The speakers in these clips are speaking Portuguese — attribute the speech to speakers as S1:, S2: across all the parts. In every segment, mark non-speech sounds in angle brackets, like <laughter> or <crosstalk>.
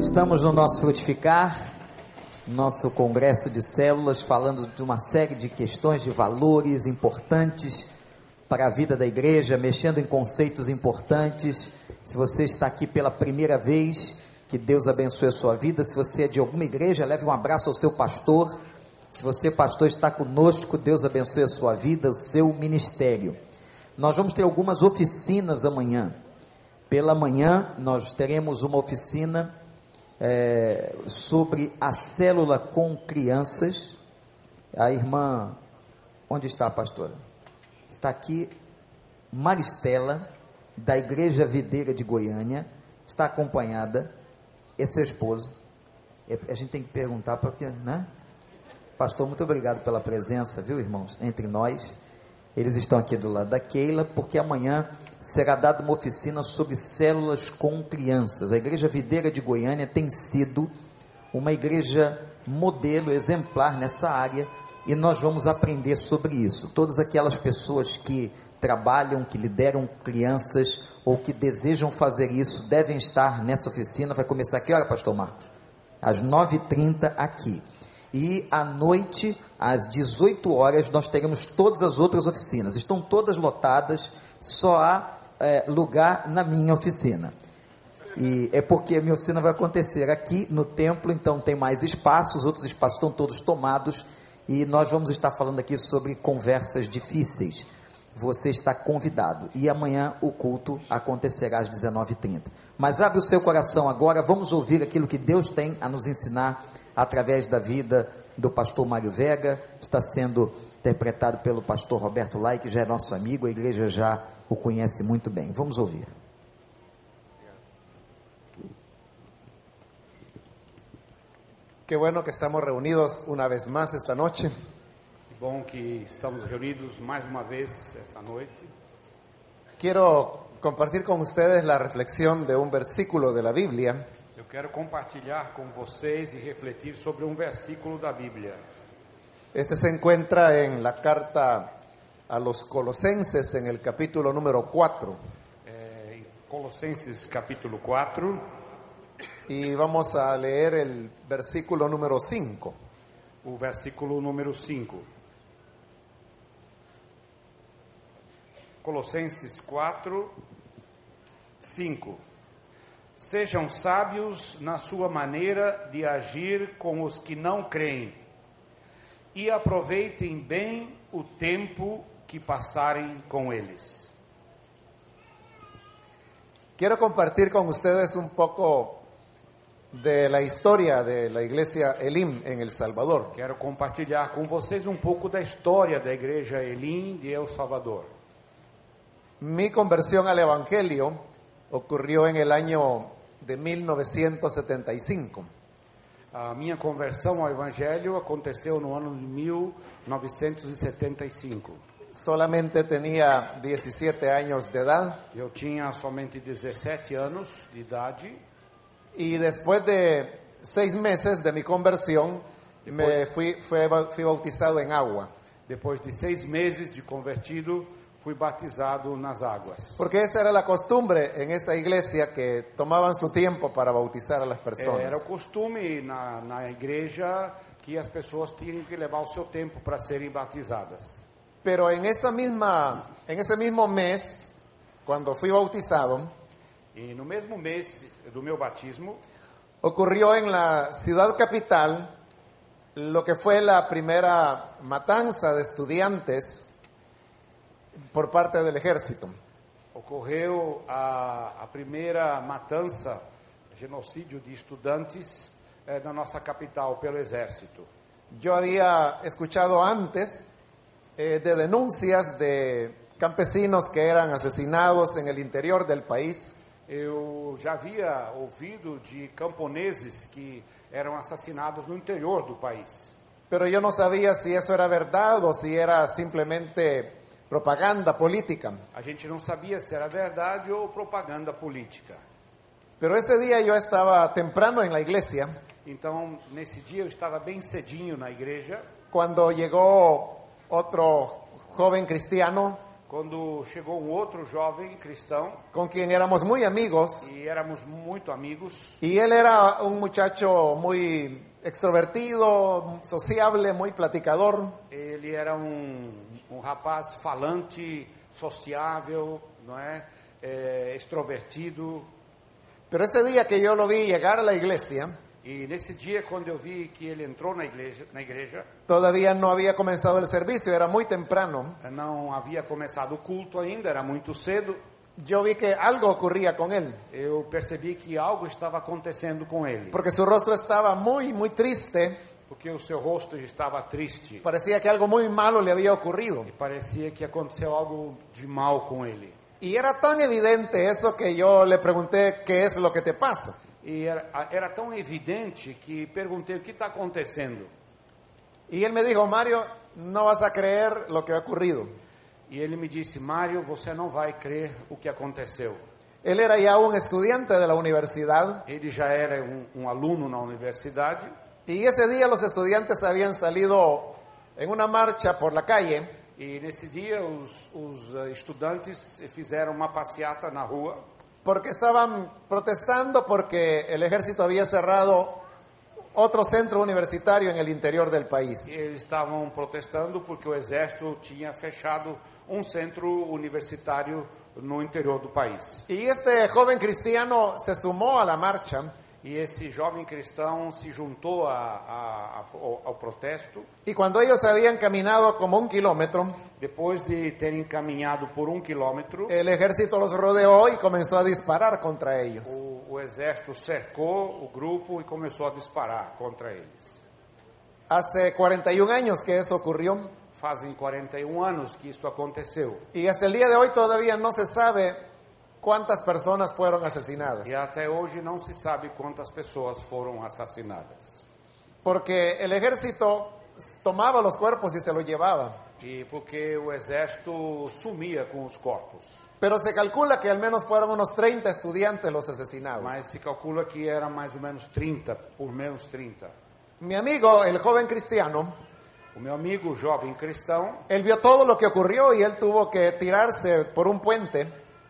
S1: Estamos no nosso frutificar, nosso congresso de células, falando de uma série de questões de valores importantes para a vida da igreja, mexendo em conceitos importantes. Se você está aqui pela primeira vez, que Deus abençoe a sua vida. Se você é de alguma igreja, leve um abraço ao seu pastor. Se você, pastor, está conosco, Deus abençoe a sua vida, o seu ministério. Nós vamos ter algumas oficinas amanhã. Pela manhã, nós teremos uma oficina é, sobre a célula com crianças. A irmã, onde está a pastora? Está aqui Maristela, da Igreja Videira de Goiânia, está acompanhada, é seu esposo. É, a gente tem que perguntar porque, né? Pastor, muito obrigado pela presença, viu, irmãos, entre nós. Eles estão aqui do lado da Keila, porque amanhã será dada uma oficina sobre células com crianças. A Igreja Videira de Goiânia tem sido uma igreja modelo, exemplar nessa área, e nós vamos aprender sobre isso. Todas aquelas pessoas que trabalham, que lideram crianças ou que desejam fazer isso devem estar nessa oficina. Vai começar que hora, Pastor Marcos? Às 9h30 aqui. E à noite, às 18 horas, nós teremos todas as outras oficinas. Estão todas lotadas, só há é, lugar na minha oficina. E é porque a minha oficina vai acontecer aqui no templo, então tem mais espaços, outros espaços estão todos tomados. E nós vamos estar falando aqui sobre conversas difíceis. Você está convidado. E amanhã o culto acontecerá às 19h30. Mas abre o seu coração agora, vamos ouvir aquilo que Deus tem a nos ensinar através da vida do pastor Mário Vega, está sendo interpretado pelo pastor Roberto Lai, que já é nosso amigo, a igreja já o conhece muito bem. Vamos ouvir.
S2: Qué bueno que estamos reunidos una vez más esta noche.
S3: Que bom que estamos reunidos mais uma vez esta noite.
S2: Quiero compartir con ustedes la reflexión de un versículo de la Biblia
S3: Eu quero compartilhar com vocês e refletir sobre um versículo da Bíblia.
S2: Este se encuentra en la carta a los colosenses en el capítulo número 4
S3: É, em Colossenses capítulo 4,
S2: y vamos a leer el versículo número 5.
S3: o versículo número 5. Colossenses 4, 5. Sejam sábios na sua maneira de agir com os que não creem, e aproveitem bem o tempo que passarem com eles.
S2: Quiero compartir con ustedes un poco de la historia de la iglesia Elim en El Salvador.
S3: Quero compartilhar com vocês um pouco da história da igreja Elim de El Salvador.
S2: Mi conversión al Evangelio ocurrió en el año de 1975.
S3: A minha conversão ao evangelho aconteceu no ano de 1975.
S2: Solamente tenía 17 años de edad
S3: Eu tinha somente 17 anos de idade
S2: y después de seis meses de mi conversión me fui, fue- fui bautizado en agua.
S3: Depois de seis meses de convertido, fui batizado nas águas.
S2: Porque esa era la costumbre en esa iglesia que tomaban su tiempo para bautizar a las
S3: É, Era
S2: personas.
S3: o costume na, na igreja que as pessoas tinham que levar o seu tempo para serem batizadas.
S2: Pero en, esa misma, en ese mismo mes, cuando fui bautizado,
S3: E no mesmo mês do meu batismo,
S2: ocurrió en la ciudad capital lo que fue la primera matanza de estudiantes por parte del ejército.
S3: ocorreu a, a primeira matança, genocídio de estudantes eh, na nossa capital pelo Exército.
S2: Yo había escuchado antes eh, de denuncias de campesinos que eran asesinados en el interior del país
S3: Eu já havia ouvido de camponeses que eram assassinados no interior do país.
S2: Pero yo no sabía si eso era verdad o si era simplemente propaganda política.
S3: A gente não sabia se era verdade ou propaganda política.
S2: Pero ese día yo estaba temprano en la iglesia
S3: Então, nesse dia eu estava bem cedinho na igreja
S2: cuando llegó otro joven cristiano
S3: Quando chegou um outro jovem cristão,
S2: con quien éramos muy amigos,
S3: e éramos muito amigos,
S2: y él era un muchacho muy extrovertido, sociable, muy platicador,
S3: ele era um, um rapaz falante, sociável, não é? É, extrovertido.
S2: pero ese día que yo lo vi llegar a la iglesia,
S3: E nesse dia, quando eu vi que ele entrou na igreja, na igreja
S2: todavía no había comenzado el servicio, era muy temprano,
S3: não havia começado o culto ainda, era muito cedo,
S2: yo vi que algo ocurría con él,
S3: eu percebi que algo estava acontecendo com ele,
S2: porque su rostro estaba muy, muy triste,
S3: porque o seu rosto estava triste
S2: parecía que algo muy malo le había ocurrido.
S3: e parecia que aconteceu algo de mal com ele.
S2: Y era tan evidente eso que yo le pregunté qué es lo que te pasa.
S3: E era, a- era tão evidente que perguntei o que está acontecendo.
S2: Y él me dijo, Mario, no vas a creer lo que ha ocurrido.
S3: E ele me disse: Mário, você não vai crer o que aconteceu.
S2: Él era ya un estudiante de la universidad
S3: Ele já era um, um aluno na universidade
S2: y ese día los estudiantes habían salido en una marcha por la calle
S3: e nesse dia os, os eh, estudantes fizeram uma passeata na rua
S2: porque estaban protestando porque el ejército había cerrado otro centro universitario en el interior del
S3: e
S2: país.
S3: eles estavam protestando porque o exército tinha fechado um centro universitário no interior do país.
S2: Y este joven cristiano se sumó a la marcha
S3: E esse jovem cristão se juntou a, a, a- ao, ao protesto
S2: y cuando ellos habían caminado como un kilómetro,
S3: Depois de terem caminhado por um quilômetro,
S2: el ejército los rodeó y comenzó a disparar contra ellos.
S3: o, o exército cercou o grupo e começou a disparar contra eles.
S2: Hace 41 años que eso ocurrió
S3: Fazem 41 anos que isso aconteceu.
S2: y hasta el día de hoy todavía no se sabe cuántas personas fueron asesinadas,
S3: E até hoje não se sabe quantas pessoas foram assassinadas.
S2: porque el ejército tomaba los cuerpos y se los llevaba,
S3: E porque o exército sumia com os corpos.
S2: pero se calcula que al menos fueron unos 30 estudiantes los asesinados.
S3: Mas se calcula que era mais ou menos 30, por menos 30.
S2: Mi amigo, el joven cristiano,
S3: O meu amigo jovem cristão,
S2: él vio todo lo que ocurrió y él tuvo que tirarse por un puente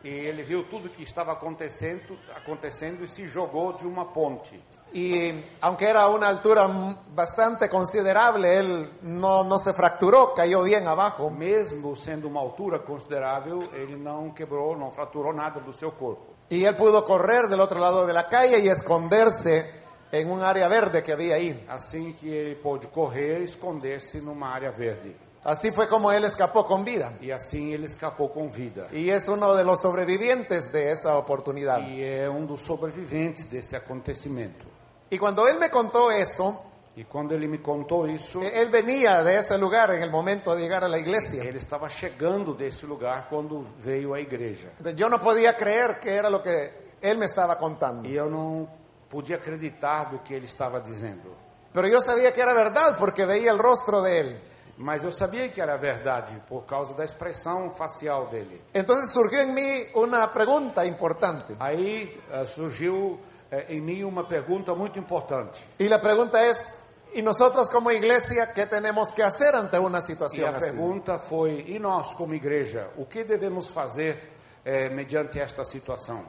S3: e ele viu tudo que estava acontecendo, acontecendo e se jogou de uma ponte.
S2: y aunque era a una altura bastante considerable, él no, no se fracturó, cayó bien abajo.
S3: Mesmo sendo uma altura considerável, ele não quebrou, não fraturou nada do seu corpo.
S2: Y él pudo correr del otro lado de la calle y esconderse en un área verde que había ahí.
S3: Assim que ele pôde correr, esconder-se numa área verde.
S2: Así fue como él escapó con vida.
S3: E assim ele escapou com vida.
S2: Y es uno de los sobrevivientes de esa oportunidad.
S3: E é um dos sobreviventes desse acontecimento.
S2: Y cuando él me contó eso,
S3: E quando ele me contou isso,
S2: él venía de ese lugar en el momento de llegar a la iglesia.
S3: ele estava chegando desse lugar quando veio à igreja.
S2: Yo no podía creer que era lo que él me estaba contando.
S3: E eu não podia acreditar do que ele estaba dizendo.
S2: Pero yo sabía que era verdad porque veía el rostro de él.
S3: Mas eu sabia que era verdade por causa da expressão facial dele.
S2: Entonces surgió en mí una pregunta importante.
S3: Aí eh, surgiu eh, em mim uma pergunta muito importante.
S2: Y la pregunta es, ¿y nosotros como iglesia qué tenemos que hacer ante una
S3: E a
S2: situación así?
S3: pergunta foi: e nós, como igreja, o que devemos fazer eh, mediante esta situação?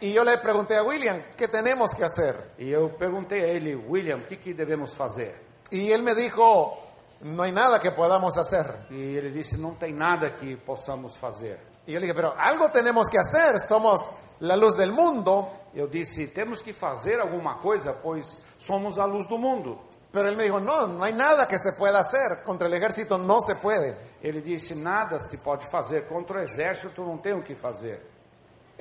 S2: Y yo le pregunté a William, ¿qué tenemos que hacer?
S3: E eu perguntei a ele, William, o que, que devemos fazer?
S2: Y él me dijo, no hay nada que podamos hacer.
S3: E ele disse: não tem nada que possamos fazer.
S2: Y yo le dije, pero algo tenemos que hacer, somos la luz del mundo.
S3: Eu disse: temos que fazer alguma coisa, pois somos a luz do mundo.
S2: Pero él me dijo, no, no hay nada que se pueda hacer, contra el ejército no se puede.
S3: Ele disse: nada se pode fazer contra o exército, não tem o que fazer.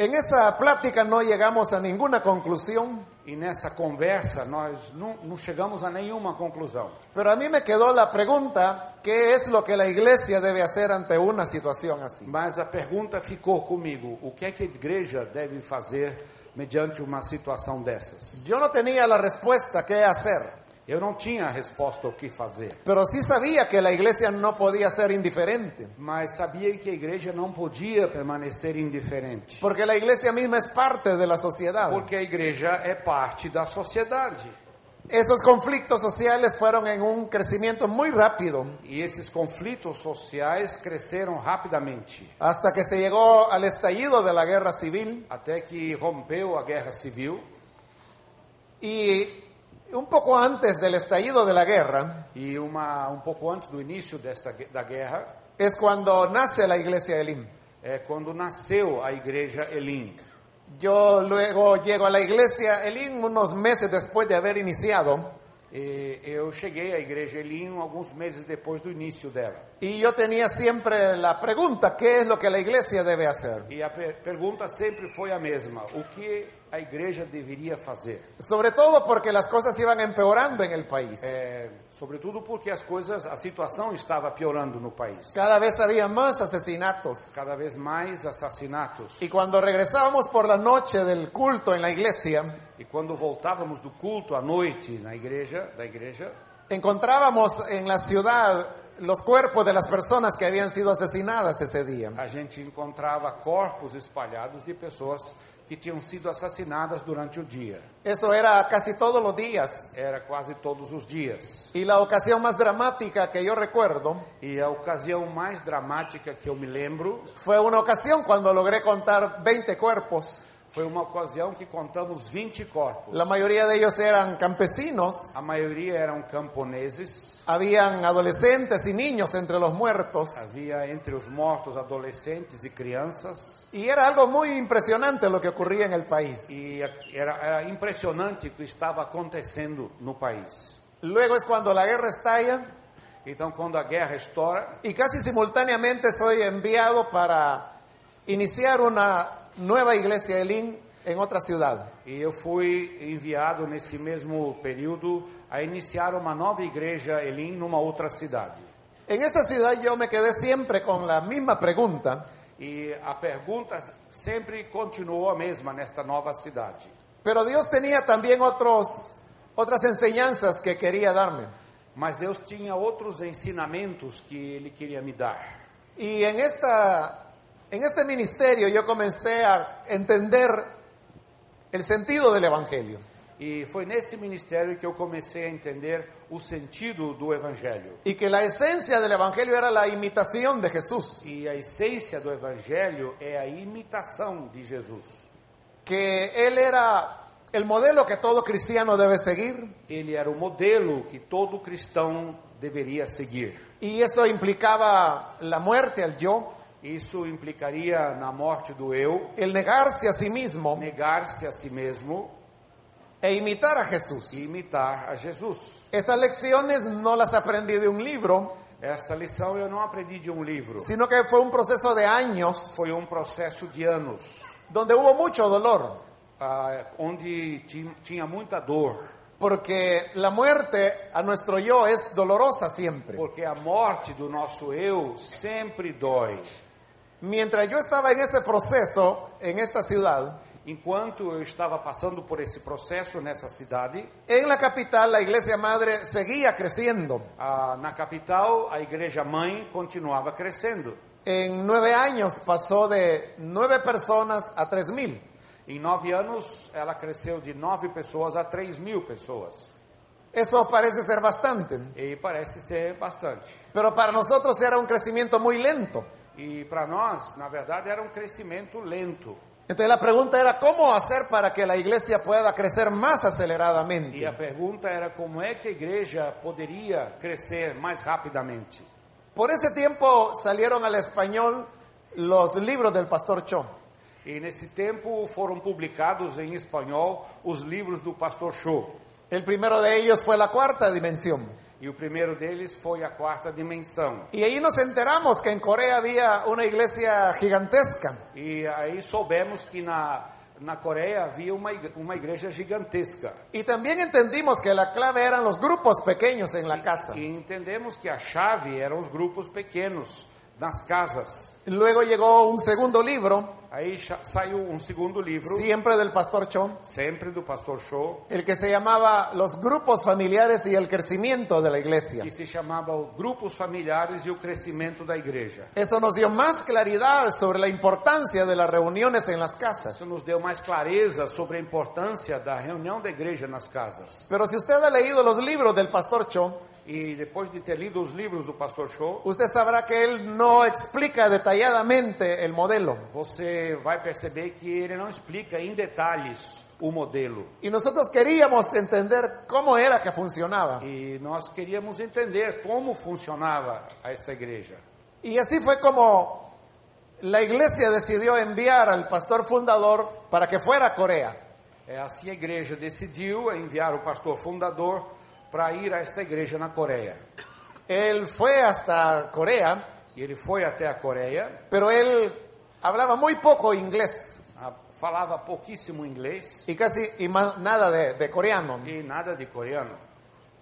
S2: En esa plática no llegamos a ninguna conclusión,
S3: E nessa conversa nós não, não chegamos a nenhuma conclusão.
S2: pero a mí me quedó la pregunta, ¿qué es lo que la iglesia debe hacer ante una situación así?
S3: Mas a pergunta ficou comigo: o que é que a igreja deve fazer mediante uma situação dessas?
S2: Yo no tenía la respuesta qué hacer.
S3: Eu não tinha a resposta ao que fazer,
S2: Pero sí sabía que la iglesia no podía ser indiferente,
S3: mas sabia que a igreja não podia permanecer indiferente,
S2: porque la iglesia misma es parte de la sociedad.
S3: porque a igreja é parte da sociedade.
S2: Esos conflictos sociales fueron en un crecimiento muy rápido
S3: E esses conflitos sociais cresceram rapidamente,
S2: hasta que se llegó al estallido de la guerra civil
S3: até que rompeu a guerra civil.
S2: y un poco antes del estallido de la guerra
S3: E uma, um pouco antes do início desta, gue- da guerra,
S2: es cuando nace la iglesia Elim.
S3: é quando nasceu a igreja Elim.
S2: Yo luego llego a la iglesia Elim unos meses después de haber iniciado
S3: E eu cheguei à igreja Elim alguns meses depois do início dela.
S2: y yo tenía siempre la pregunta, ¿qué es lo que la iglesia debe hacer?
S3: E a per pergunta sempre foi a mesma: o que a igreja deveria fazer?
S2: Sobre todo porque las cosas iban empeorando en el país.
S3: É, sobretudo porque as coisas, a situação estava piorando no país.
S2: Cada vez había más asesinatos.
S3: Cada vez mais assassinatos.
S2: Y cuando regresábamos por la noche del culto en la iglesia,
S3: E quando voltávamos do culto à noite na igreja, da igreja,
S2: encontrábamos en la ciudad los cuerpos de las personas que habían sido asesinadas ese día.
S3: a gente encontrava corpos espalhados de pessoas que tinham sido assassinadas durante o dia.
S2: Eso era casi todos los días.
S3: Era quase todos os dias.
S2: Y la ocasión más dramática que yo recuerdo
S3: E a ocasião mais dramática que eu me lembro
S2: fue una ocasión cuando logré contar 20 cuerpos.
S3: foi uma ocasião que contamos 20 corpos.
S2: La mayoría de ellos eran campesinos,
S3: A maioria eram camponeses.
S2: habían adolescentes y niños entre los muertos.
S3: Havia entre os mortos adolescentes e crianças.
S2: Y era algo muy impresionante lo que ocurría en el país.
S3: E era, era impressionante o que estava acontecendo no país.
S2: Luego es cuando la guerra estalla
S3: Então, quando a guerra estoura,
S2: y casi simultáneamente soy enviado para iniciar una nueva iglesia Elín en otra ciudad.
S3: e eu fui enviado nesse mesmo período a iniciar uma nova igreja Elim numa outra cidade.
S2: En esta ciudad yo me quedé siempre con la misma pregunta,
S3: E a pergunta sempre continuou a mesma nesta nova cidade.
S2: pero Dios tenía también otros, otras enseñanzas que quería darme.
S3: Mas Deus tinha outros ensinamentos que Ele queria me dar.
S2: Y en, esta, en este ministerio yo comencé a entender el sentido del Evangelio.
S3: E foi nesse ministério que eu comecei a entender o sentido do Evangelho.
S2: y que la esencia del Evangelio era la imitación de Jesús,
S3: E a essência do Evangelho é a imitação de Jesus.
S2: que Él era el modelo que todo cristiano debe seguir
S3: Ele era o modelo que todo cristão deveria seguir.
S2: y eso implicaba la muerte al yo,
S3: Isso implicaria na morte do eu,
S2: el negarse a sí mismo
S3: negar-se a si mesmo
S2: e imitar a Jesús.
S3: e imitar a Jesus.
S2: Estas lecciones no las aprendí de un libro,
S3: Esta lição eu não aprendi de um livro.
S2: sino que fue un proceso de años
S3: Foi um processo de anos,
S2: donde hubo mucho dolor,
S3: ah, onde ti- tinha muita dor,
S2: porque la muerte a nuestro yo es dolorosa siempre.
S3: porque a morte do nosso eu sempre dói.
S2: Mientras yo estaba en ese proceso, en esta ciudad,
S3: Enquanto eu estava passando por esse processo nessa cidade,
S2: En la capital, la iglesia madre seguía creciendo.
S3: Ah, na capital, a igreja mãe continuava crescendo.
S2: En nueve años pasó de nueve personas a tres mil.
S3: Em nove anos, ela cresceu de nove pessoas a três mil pessoas.
S2: Eso parece ser bastante,
S3: E parece ser bastante.
S2: pero para nosotros era un crecimiento muy lento.
S3: E para nós, na verdade, era um crescimento lento.
S2: Entonces la pregunta era cómo hacer para que la iglesia pueda crecer más
S3: E a
S2: aceleradamente.
S3: pergunta era como é que a igreja poderia crescer mais rapidamente.
S2: Por ese tiempo salieron al español los libros del pastor Cho.
S3: E nesse tempo foram publicados em espanhol os livros do pastor Cho.
S2: El primero de ellos fue La Cuarta Dimensión.
S3: E o primeiro deles foi a quarta dimensão.
S2: Y ahí nos enteramos que en Corea había una iglesia gigantesca.
S3: E aí soubemos que na, na Coreia havia uma, ig- uma igreja gigantesca.
S2: Y también entendimos que la clave eran los grupos pequeños en la casa.
S3: E entendemos que a chave eram os grupos pequenos nas casas.
S2: Luego llegó un segundo libro,
S3: Aí cha- saiu um segundo livro,
S2: siempre del pastor Chon,
S3: sempre do pastor Shaw,
S2: el que se llamaba Los grupos familiares y el crecimiento de la iglesia.
S3: que se chamava o Grupos Familiares e o Crescimento da Igreja.
S2: Eso nos dio más claridad sobre la importancia de las reuniones en las casas.
S3: Isso nos deu mais clareza sobre a importância da reunião da igreja nas casas.
S2: Pero si usted ha leído los libros del pastor Cho,
S3: E depois de ter lido os livros do pastor Shaw,
S2: usted sabrá que él no explica detalladamente el modelo.
S3: você vai perceber que ele não explica em detalhes o modelo.
S2: Y nosotros queríamos entender cómo era que funcionaba.
S3: E nós queríamos entender como funcionava esta igreja.
S2: Y así fue como la iglesia decidió enviar al pastor fundador para que fuera a Corea.
S3: É assim a igreja decidiu enviar o pastor fundador para ir a esta igreja na Coreia.
S2: Él fue hasta Corea,
S3: E ele foi até a Coreia,
S2: pero él hablaba muy poco inglés
S3: a- falava pouquíssimo inglés
S2: y casi y más nada de, de coreano.
S3: e nada de coreano.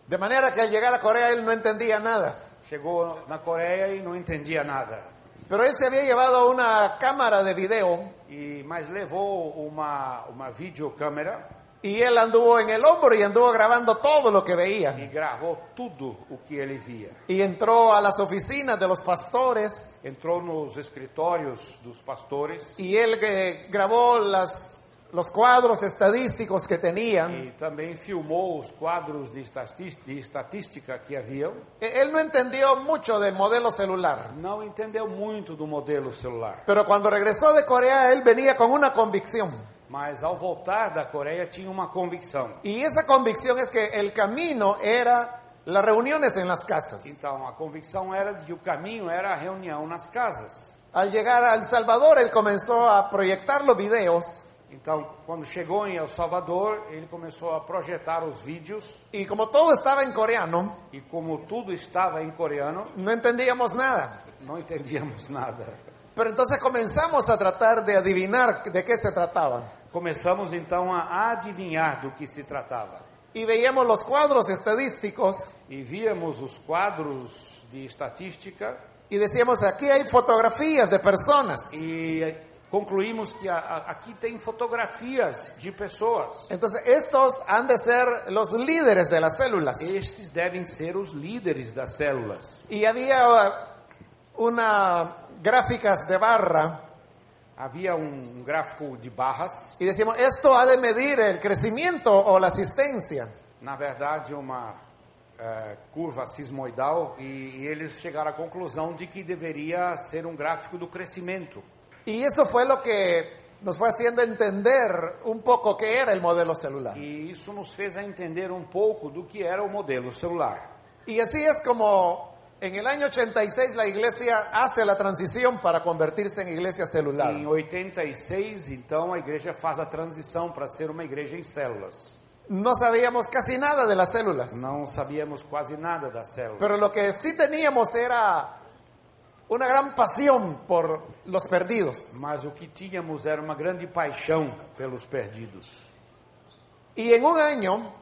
S2: De manera que al llegar a Corea él no entendía nada.
S3: Chegou na Coreia e não entendia nada.
S2: Pero él se había llevado una cámara de video
S3: E mas levou uma uma videocâmera
S2: y él anduvo en el hombro y anduvo grabando todo lo que
S3: e
S2: veía.
S3: gravou tudo o que ele via.
S2: Y entró a las oficinas de los pastores
S3: Entrou nos escritórios dos pastores
S2: y él eh, grabó las, los cuadros estadísticos que tenían.
S3: e também filmou os quadros de estatis- de estatística que haviam.
S2: E- Él no entendió mucho del modelo celular.
S3: Não entendeu muito do modelo celular,
S2: Pero cuando regresó de Corea, él venía con una convicción.
S3: mas ao voltar da Coreia tinha uma convicção.
S2: Y esa convicción es que el camino era las reuniones en las casas.
S3: Então a convicção era de que o caminho era a reunião nas casas.
S2: Al llegar a El Salvador, él comenzó a proyectar los videos.
S3: Então, quando chegou em El Salvador, ele começou a projetar os vídeos
S2: Y como todo estaba en coreano,
S3: e como tudo estava em coreano,
S2: no entendíamos nada.
S3: não entendíamos <laughs> nada.
S2: Pero entonces comenzamos a tratar de adivinar de qué se trataba.
S3: Começamos então a adivinhar do que se tratava
S2: Y veíamos los cuadros estadísticos
S3: e víamos os quadros de estatística
S2: y decíamos, aquí hay fotografías de personas.
S3: e concluímos que a- a- aqui tem fotografias de pessoas.
S2: Entonces, estos han de ser los líderes de las células.
S3: Estes devem ser os líderes das células.
S2: Y había ah, una gráficas de barra
S3: Havia um, um gráfico de barras,
S2: y decíamos, esto ha de medir el crecimiento o la asistencia.
S3: na verdade uma eh, curva sismoidal, e, e eles chegaram à conclusão de que deveria ser um gráfico do crescimento.
S2: Y eso fue lo que nos fue haciendo entender un poco qué era el modelo celular.
S3: E isso nos fez a entender um pouco do que era o modelo celular.
S2: Y así es como en el año 86 la iglesia hace la transición para convertirse en iglesia celular.
S3: Em 86, então, a igreja faz a transição para ser uma igreja em células.
S2: No sabíamos casi nada de las células,
S3: Não sabíamos quase nada das células,
S2: pero lo que sí teníamos era una gran pasión por los perdidos.
S3: mas o que tínhamos era uma grande paixão pelos perdidos.
S2: Y en un año,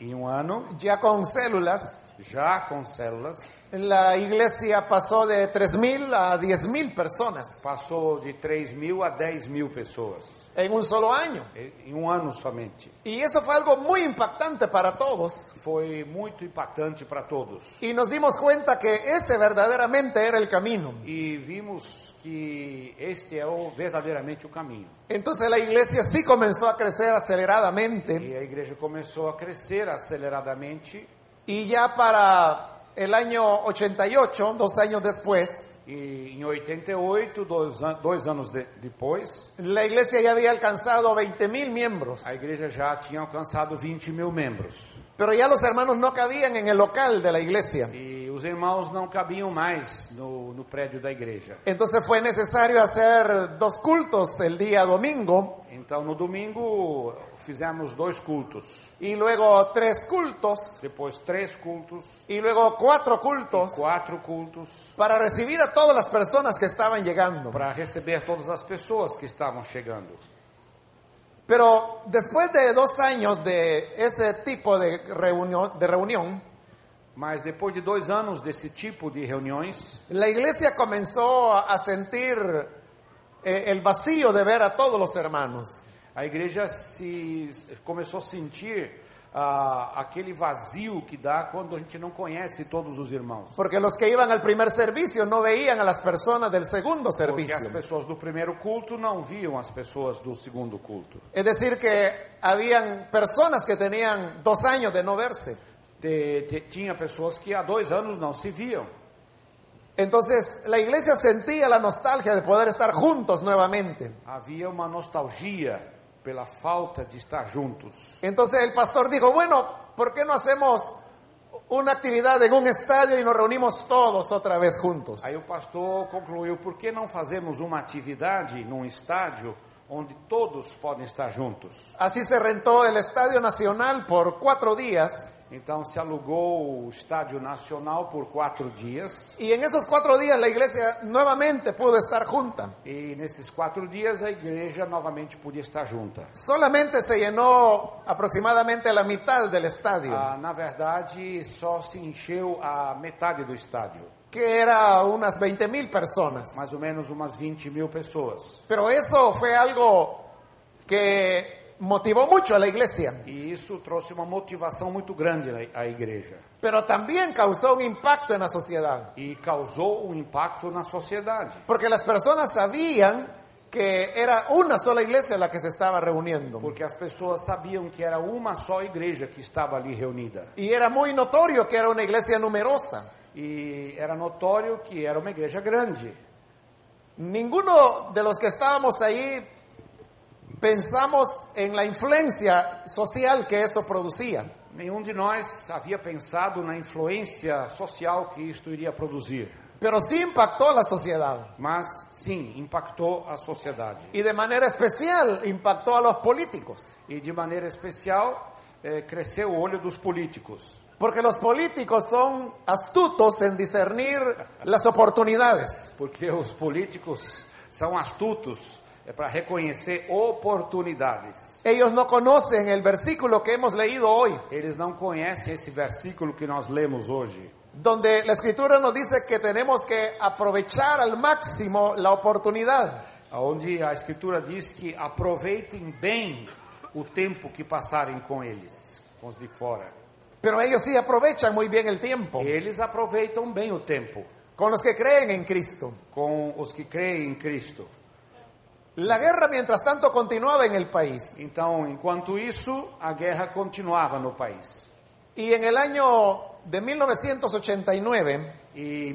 S3: Em um ano,
S2: ya con células,
S3: já com células,
S2: la iglesia pasó de 3.000 a 10.000 personas
S3: passou de 3 mil a 10 mil pessoas,
S2: en un solo año.
S3: em um ano somente.
S2: Y eso fue algo muy impactante para todos.
S3: Foi muito impactante para todos.
S2: Y nos dimos cuenta que ese verdaderamente era el camino.
S3: E vimos que este é o, verdadeiramente o caminho.
S2: Entonces la iglesia sí comenzó a crecer aceleradamente.
S3: E a igreja começou a crescer aceleradamente
S2: Y ya para el año 88, dos años después,
S3: E em 88, dois, an dois anos de depois,
S2: la iglesia ya había alcanzado 20.000 miembros.
S3: a igreja já tinha alcançado 20 mil membros.
S2: Pero ya los hermanos no cabían en el local de la iglesia.
S3: E os irmãos não cabiam mais no, no prédio da igreja.
S2: Entonces fue necesario hacer dos cultos el día domingo
S3: Então, no domingo, fizemos dois cultos.
S2: y luego tres cultos
S3: Depois, três cultos,
S2: y luego cuatro
S3: e
S2: cultos
S3: quatro cultos,
S2: para recibir a todas las personas que estaban llegando.
S3: para receber todas as pessoas que estavam chegando.
S2: Pero después de dos años de ese tipo de reunión, de reunión
S3: Mas depois de dois anos desse tipo de reuniões,
S2: La iglesia comenzó a sentir eh, el vacío de ver a todos los hermanos.
S3: a igreja se começou a sentir ah, aquele vazio que dá quando a gente não conhece todos os irmãos.
S2: Porque los que iban al primer servicio no veían a las personas del segundo
S3: Porque as
S2: servicio.
S3: pessoas do primeiro culto não viam as pessoas do segundo culto.
S2: Es decir, que habían personas que tenían dos años de no verse.
S3: Te- te- tinha pessoas que há dois anos não se viam.
S2: Entonces la iglesia sentía la nostalgia de poder estar juntos nuevamente.
S3: Havia uma nostalgia pela falta de estar juntos.
S2: Entonces el pastor dijo, bueno, ¿por quê não hacemos uma atividade em um estádio e nos reunimos todos outra vez juntos?
S3: Aí o pastor concluiu: por que não fazemos uma atividade num estádio onde todos podem estar juntos?
S2: Así se rentó el Estadio Nacional por cuatro días
S3: Então se alugou o Estádio Nacional por quatro dias.
S2: y en esos cuatro días la iglesia nuevamente pudo estar junta.
S3: E nesses quatro dias a igreja novamente podia estar junta.
S2: Solamente se llenó aproximadamente la mitad del estadio,
S3: Ah, na verdade, só se encheu a metade do estádio,
S2: que era unas 20 mil personas.
S3: mais ou menos umas 20 mil pessoas.
S2: Pero eso fue algo que motivó mucho a la iglesia,
S3: E isso trouxe uma motivação muito grande à à igreja.
S2: pero también causó un impacto en la sociedad.
S3: e causou um impacto na sociedade,
S2: Porque las personas sabían que era una sola iglesia la que se estaba reuniendo.
S3: porque as pessoas sabiam que era uma só igreja que estava ali reunida.
S2: Y era muy notorio que era una iglesia numerosa.
S3: E era notório que era uma igreja grande.
S2: Ninguno de los que estábamos ahí pensamos en la influencia social que eso producía.
S3: Nenhum de nós havia pensado na influência social que isto iria produzir,
S2: Pero sí impactó a la sociedad.
S3: mas sim, impactou a sociedade.
S2: Y de manera especial impactó a los políticos.
S3: E de maneira especial, eh, cresceu o olho dos políticos,
S2: Porque los políticos son astutos en discernir las oportunidades.
S3: porque <laughs> os políticos são astutos eh, para reconhecer oportunidades.
S2: Ellos no conocen el versículo que hemos leído hoy.
S3: Eles não conhecem esse versículo que nós lemos hoje,
S2: donde la escritura nos dice que tenemos que aprovechar al máximo la oportunidad.
S3: onde a Escritura diz que aproveitem bem o tempo que passarem com eles, com os de fora.
S2: Pero ellos sí aprovechan muy bien el tiempo,
S3: Eles aproveitam bem o tempo
S2: con los que creen en Cristo.
S3: com os que creem em Cristo.
S2: La guerra, mientras tanto, continuaba en el país.
S3: Então, enquanto isso, a guerra continuava no país.
S2: Y en el año de 1989
S3: E em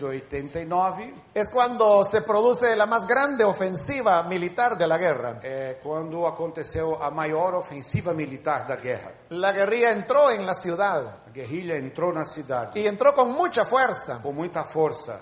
S3: 1989
S2: es cuando se produce la más grande ofensiva militar de la guerra.
S3: é quando aconteceu a maior ofensiva militar da guerra.
S2: La guerrilla entró en la ciudad
S3: A guerrilha entrou na cidade
S2: y entró con mucha fuerza.
S3: com muita força.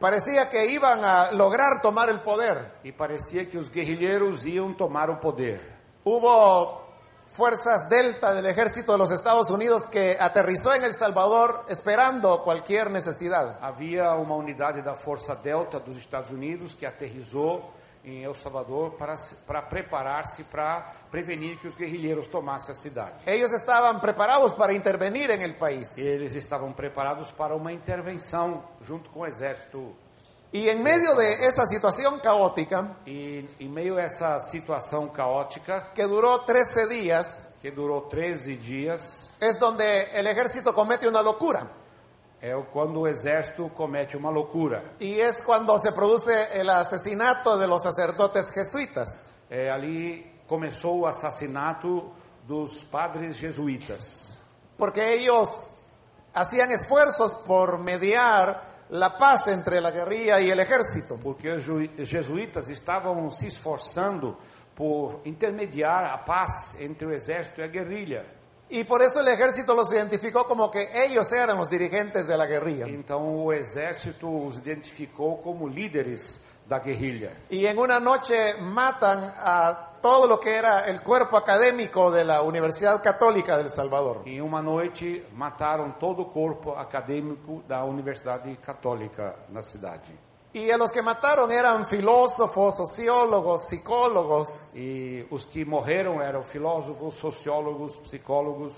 S2: Parecía que iban a lograr tomar el poder.
S3: E parecia que os guerrilheiros iam tomar o poder.
S2: Hubo fuerzas Delta del ejército de los Estados Unidos que aterrizó en El Salvador esperando cualquier necesidad.
S3: Havia uma unidade da Força Delta dos Estados Unidos que aterrissou em El Salvador para, se- para preparar-se para prevenir que os guerrilheiros tomassem a cidade.
S2: Ellos estaban preparados para intervenir en el país.
S3: Eles estavam preparados para uma intervenção junto com o exército.
S2: Y en medio de esa situación caótica,
S3: E em meio a essa situação caótica,
S2: que duró 13 días,
S3: que durou 13 dias,
S2: es donde el ejército comete una locura.
S3: é o- quando o exército comete uma loucura.
S2: Y es cuando se produce el asesinato de los sacerdotes jesuitas.
S3: É, ali começou o assassinato dos padres jesuítas.
S2: Porque ellos hacían esfuerzos por mediar la paz entre la guerrilla y el ejército.
S3: porque os ju- os jesuítas estavam se esforçando por intermediar a paz entre o exército e a guerrilha.
S2: Y por eso el ejército los identificó como que ellos eran los dirigentes de la guerrilla.
S3: Então o exército os identificou como líderes da guerrilha.
S2: Y en una noche matan a todo lo que era el cuerpo académico de la Universidad Católica del Salvador.
S3: Em uma noite mataram todo o corpo acadêmico da Universidade Católica na cidade.
S2: Y a los que mataron eran filósofos, sociólogos, psicólogos.
S3: E os que morreram eram filósofos, sociólogos, psicólogos.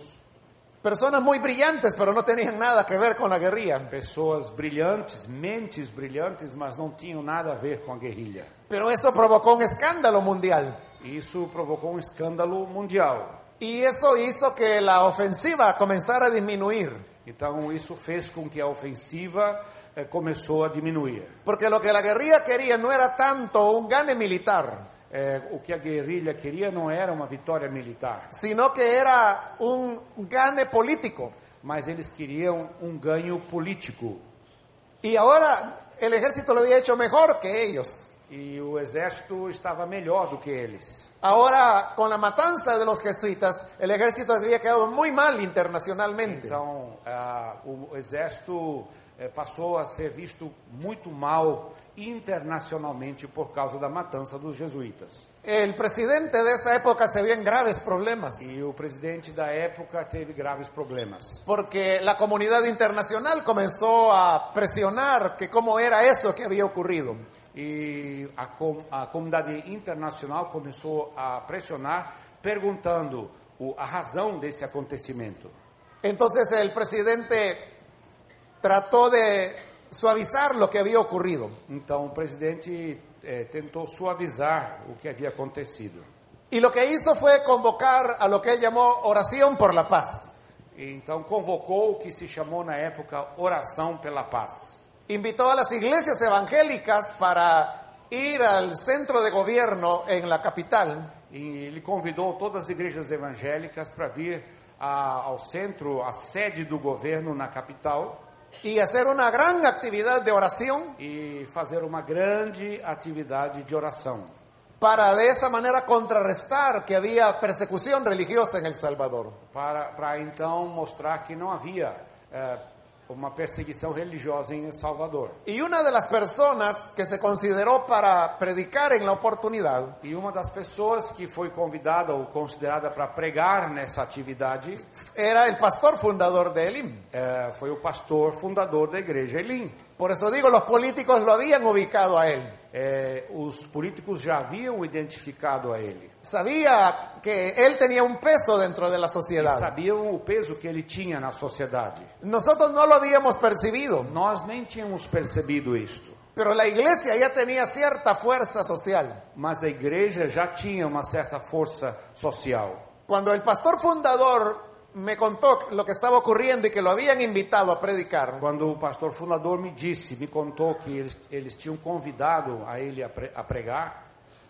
S2: Personas muy brillantes, pero no tenían nada que ver con la guerrilla.
S3: Pessoas brilhantes, mentes brilhantes, mas não tinham nada a ver com a guerrilha.
S2: Pero eso provocó un escándalo mundial.
S3: E Isso provocou um escândalo mundial.
S2: Y eso hizo que la ofensiva comenzara a disminuir.
S3: Então isso fez com que a ofensiva eh, começou a diminuir.
S2: Porque lo que la guerrilla quería no era tanto un gane militar,
S3: Eh, o que a guerrilha queria não era uma vitória militar,
S2: sino que era un gane político.
S3: mas eles queriam um ganho político.
S2: Y ahora el ejército lo había hecho mejor que ellos.
S3: E o exército estava melhor do que eles.
S2: Ahora, con la matanza de los jesuitas, el ejército se había quedado muy mal internacionalmente.
S3: Então ah, o exército eh, passou a ser visto muito mal internacionalmente por causa da matança dos jesuítas.
S2: El presidente de esa época se vio en graves problemas,
S3: E o presidente da época teve graves problemas.
S2: porque la comunidad internacional comenzó a presionar que cómo era eso que había ocurrido.
S3: E a, com, a comunidade internacional começou a pressionar, perguntando o, a razão desse acontecimento.
S2: Entonces el presidente trató de suavizar lo que había ocurrido
S3: Então o presidente eh, tentou suavizar o que havia acontecido.
S2: y lo que hizo fue convocar a lo que él llamó oración por la paz.
S3: E, então convocou o que se chamou na época Oração pela Paz.
S2: Invitó a las iglesias evangélicas para ir al centro de gobierno en la capital
S3: E ele convidou todas as igrejas evangélicas para vir a, ao centro, à sede do governo na capital,
S2: y hacer una gran actividad de oración
S3: e fazer uma grande atividade de oração.
S2: para de esa manera contrarrestar que había persecución religiosa en El Salvador.
S3: para, para então mostrar que não havia eh, uma perseguição religiosa em El Salvador.
S2: Y una de las personas que se consideró para predicar en la oportunidad
S3: E uma das pessoas que foi convidada ou considerada para pregar nessa atividade
S2: era el pastor fundador de Elim.
S3: eh, foi o pastor fundador da igreja Elim.
S2: Por eso digo, los políticos lo habían ubicado a él.
S3: Eh, os políticos já haviam identificado a ele
S2: Sabía que él tenía un peso dentro de la
S3: e
S2: sociedad.
S3: sabiam o peso que ele tinha na sociedade.
S2: Nosotros no lo habíamos percibido,
S3: Nós nem tínhamos percebido isto,
S2: pero la iglesia ya tenía cierta fuerza social.
S3: mas a igreja já tinha uma certa força social.
S2: Cuando el pastor fundador me contó lo que estaba ocurriendo y que lo habían invitado a predicar,
S3: Quando o pastor fundador me disse, me contou que eles, eles tinham convidado a ele a, pre, a pregar,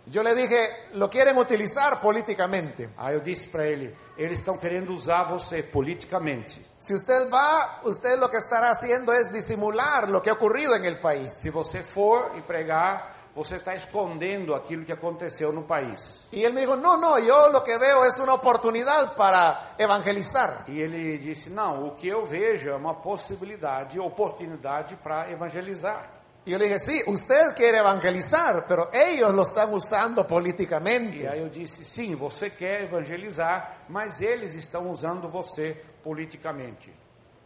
S2: yo le dije, lo quieren utilizar políticamente.
S3: aí eu disse para ele: eles estão querendo usar você politicamente.
S2: Si usted va, usted lo que estará haciendo es disimular lo que ha ocurrido en el país.
S3: Se você for e pregar, você está escondendo aquilo que aconteceu no país.
S2: Y él me dijo, no, no, yo lo que veo es una oportunidad para evangelizar.
S3: E ele disse: não, o que eu vejo é uma possibilidade, oportunidade para evangelizar.
S2: Y yo le dije, sí, usted quiere evangelizar, pero ellos lo están usando
S3: E
S2: políticamente.
S3: aí eu disse: sim, você quer evangelizar, mas eles estão usando você politicamente.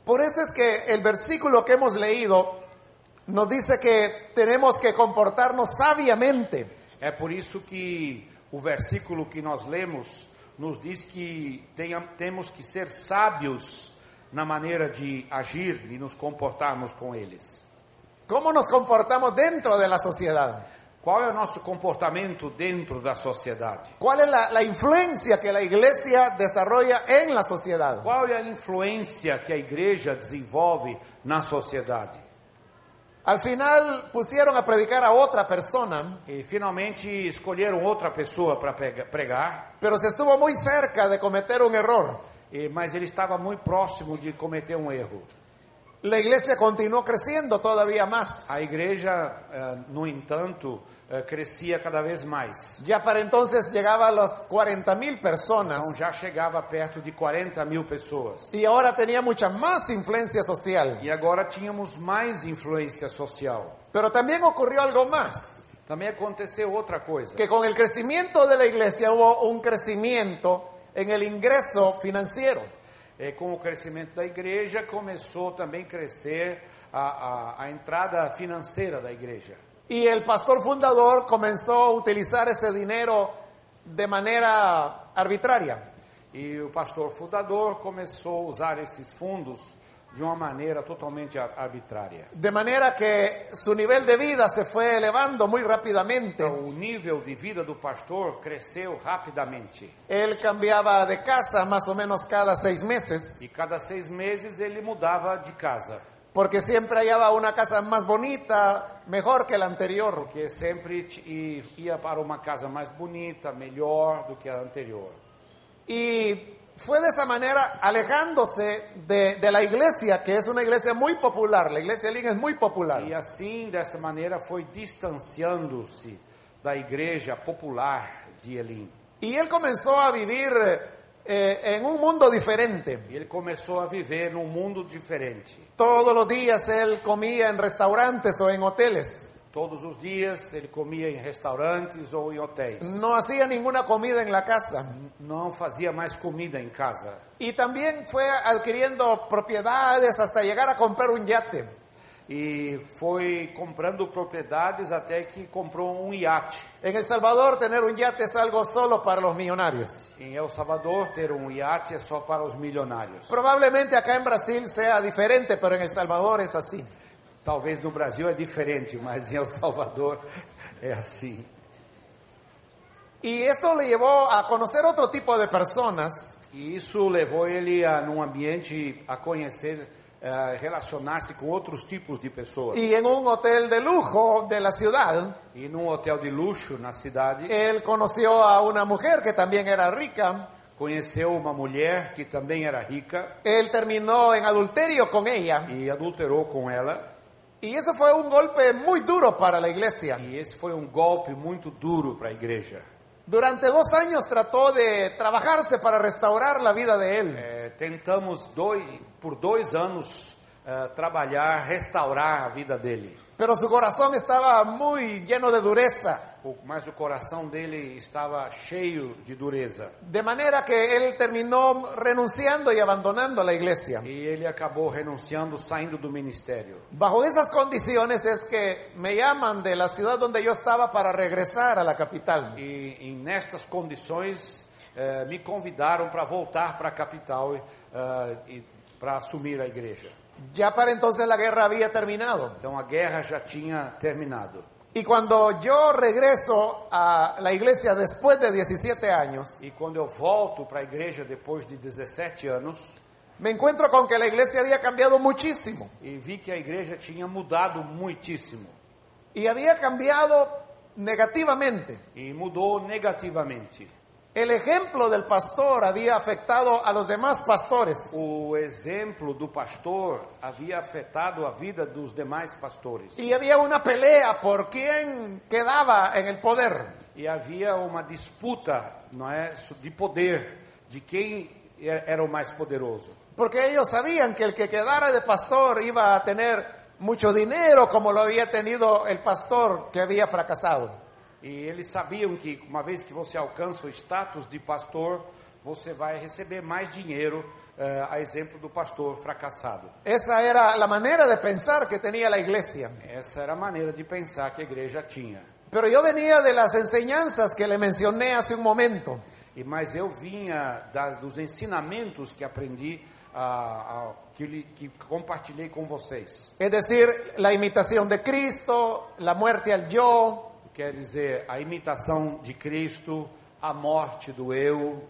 S2: Por eso es que el versículo que hemos leído nos dice que tenemos que comportarnos sabiamente.
S3: É por isso que o versículo que nós lemos nos diz que tenha, temos que ser sábios na maneira de agir e nos comportarmos com eles.
S2: ¿Cómo nos comportamos dentro de la sociedad?
S3: Qual é o nosso comportamento dentro da sociedade?
S2: ¿Cuál es la, la influencia que la iglesia desarrolla en la sociedad?
S3: Qual é a influência que a igreja desenvolve na sociedade?
S2: Al final pusieron a predicar a otra persona,
S3: E finalmente escolheram outra pessoa para prega- pregar,
S2: pero se estuvo muy cerca de cometer un error.
S3: e- mas ele estava muito próximo de cometer um erro.
S2: La iglesia continuó creciendo todavía más.
S3: A igreja, eh, no entanto, eh, crescia cada vez mais.
S2: Ya para entonces llegaba a las 40 mil
S3: Então
S2: personas
S3: já chegava perto de 40 mil pessoas.
S2: y ahora tenía mucha más influencia social.
S3: E agora tínhamos mais influência social.
S2: Pero también ocurrió algo más,
S3: Também aconteceu outra coisa.
S2: que con el crecimiento de la iglesia hubo un crecimiento en el ingreso financiero.
S3: Eh, com o crescimento da igreja, começou também a crescer a, a, a entrada financeira da igreja.
S2: Y el pastor fundador comenzó a utilizar ese dinero de manera arbitraria.
S3: E o pastor fundador começou a usar esses fundos de uma maneira totalmente ar- arbitrária.
S2: De manera que su nivel de vida se fue elevando muy rápidamente.
S3: Então, o nível de vida do pastor cresceu rapidamente.
S2: Él cambiaba de casa más o menos cada seis meses,
S3: E cada seis meses ele mudava de casa.
S2: porque siempre hallaba una casa más bonita, mejor que la anterior.
S3: Porque sempre t- e- ia para uma casa mais bonita, melhor do que a anterior.
S2: Y fue de esa manera alejándose de, de la iglesia, que es una iglesia muy popular. La iglesia de Lynn es muy popular.
S3: E assim, dessa maneira, foi distanciando-se da igreja popular de Elim.
S2: Y él comenzó a vivir eh, en un mundo diferente.
S3: E ele começou a viver num mundo diferente.
S2: Todos los días él comía en restaurantes o en hoteles.
S3: Todos os dias ele comia em restaurantes ou em hotéis.
S2: No hacía ninguna comida en la casa.
S3: Não fazia mais comida em casa.
S2: Y también fue adquiriendo propiedades hasta llegar a comprar un yate.
S3: E foi comprando propriedades até que comprou um iate.
S2: En El Salvador tener un yate es algo solo para los millonarios.
S3: Em El Salvador, ter um iate é só para os milionários.
S2: Probablemente acá en Brasil sea diferente, pero en El Salvador es así.
S3: Talvez no Brasil é diferente, mas em El Salvador <laughs> é assim.
S2: Y esto le llevó a conocer otro tipo de personas
S3: E isso levou ele a, num ambiente, a conhecer, eh, relacionar-se com outros tipos de pessoas.
S2: y en un hotel de lujo de la ciudad,
S3: E num hotel de luxo na cidade,
S2: él conoció a una mujer que también era rica.
S3: conheceu uma mulher que também era rica
S2: Él terminó en adulterio con ella
S3: e adulterou com ela.
S2: y eso fue un golpe muy duro para la iglesia.
S3: E esse foi um golpe muito duro para a igreja.
S2: Durante dos años trató de trabajarse para restaurar la vida de él.
S3: Eh, tentamos dois, por dois anos eh, trabalhar, restaurar a vida dele.
S2: Pero su corazón estaba muy lleno de dureza.
S3: O- Mas o coração dele estava cheio de dureza.
S2: De manera que él terminó renunciando y abandonando la iglesia.
S3: E ele acabou renunciando, saindo do ministério.
S2: Bajo esas condiciones es que me llaman de la ciudad donde yo estaba para regresar a la capital.
S3: E, e nestas condições eh, me convidaram para voltar para a capital eh, e para assumir a igreja.
S2: Ya para entonces la guerra había terminado.
S3: Então a guerra já tinha terminado.
S2: Y cuando yo regreso a la iglesia después de 17 años,
S3: E quando eu volto para a igreja depois de 17 anos
S2: me encuentro con que la iglesia había cambiado muchísimo.
S3: e vi que a igreja tinha mudado muitíssimo
S2: Y había cambiado negativamente.
S3: e mudou negativamente.
S2: El ejemplo del pastor había afectado a los demás pastores.
S3: O exemplo do pastor havia afetado a vida dos demais pastores.
S2: Y había una pelea por quién quedaba en el poder.
S3: E havia uma disputa, não é, de poder, de quem er- era o mais poderoso.
S2: Porque ellos sabían que el que quedara de pastor iba a tener mucho dinero como lo había tenido el pastor que había fracasado.
S3: E eles sabiam que uma vez que você alcança o status de pastor, você vai receber mais dinheiro, eh, a exemplo do pastor fracassado.
S2: Esa era la manera de pensar que tenía la iglesia.
S3: Essa era a maneira de pensar que a igreja tinha.
S2: Pero yo venía de las enseñanzas que le mencioné hace un momento.
S3: E mas eu vinha das, dos ensinamentos que aprendi, ah, ah, que, lhe- que compartilhei com vocês.
S2: Es decir, la imitación de Cristo, la muerte al yo,
S3: Quer dizer, a imitação de Cristo, a morte do eu,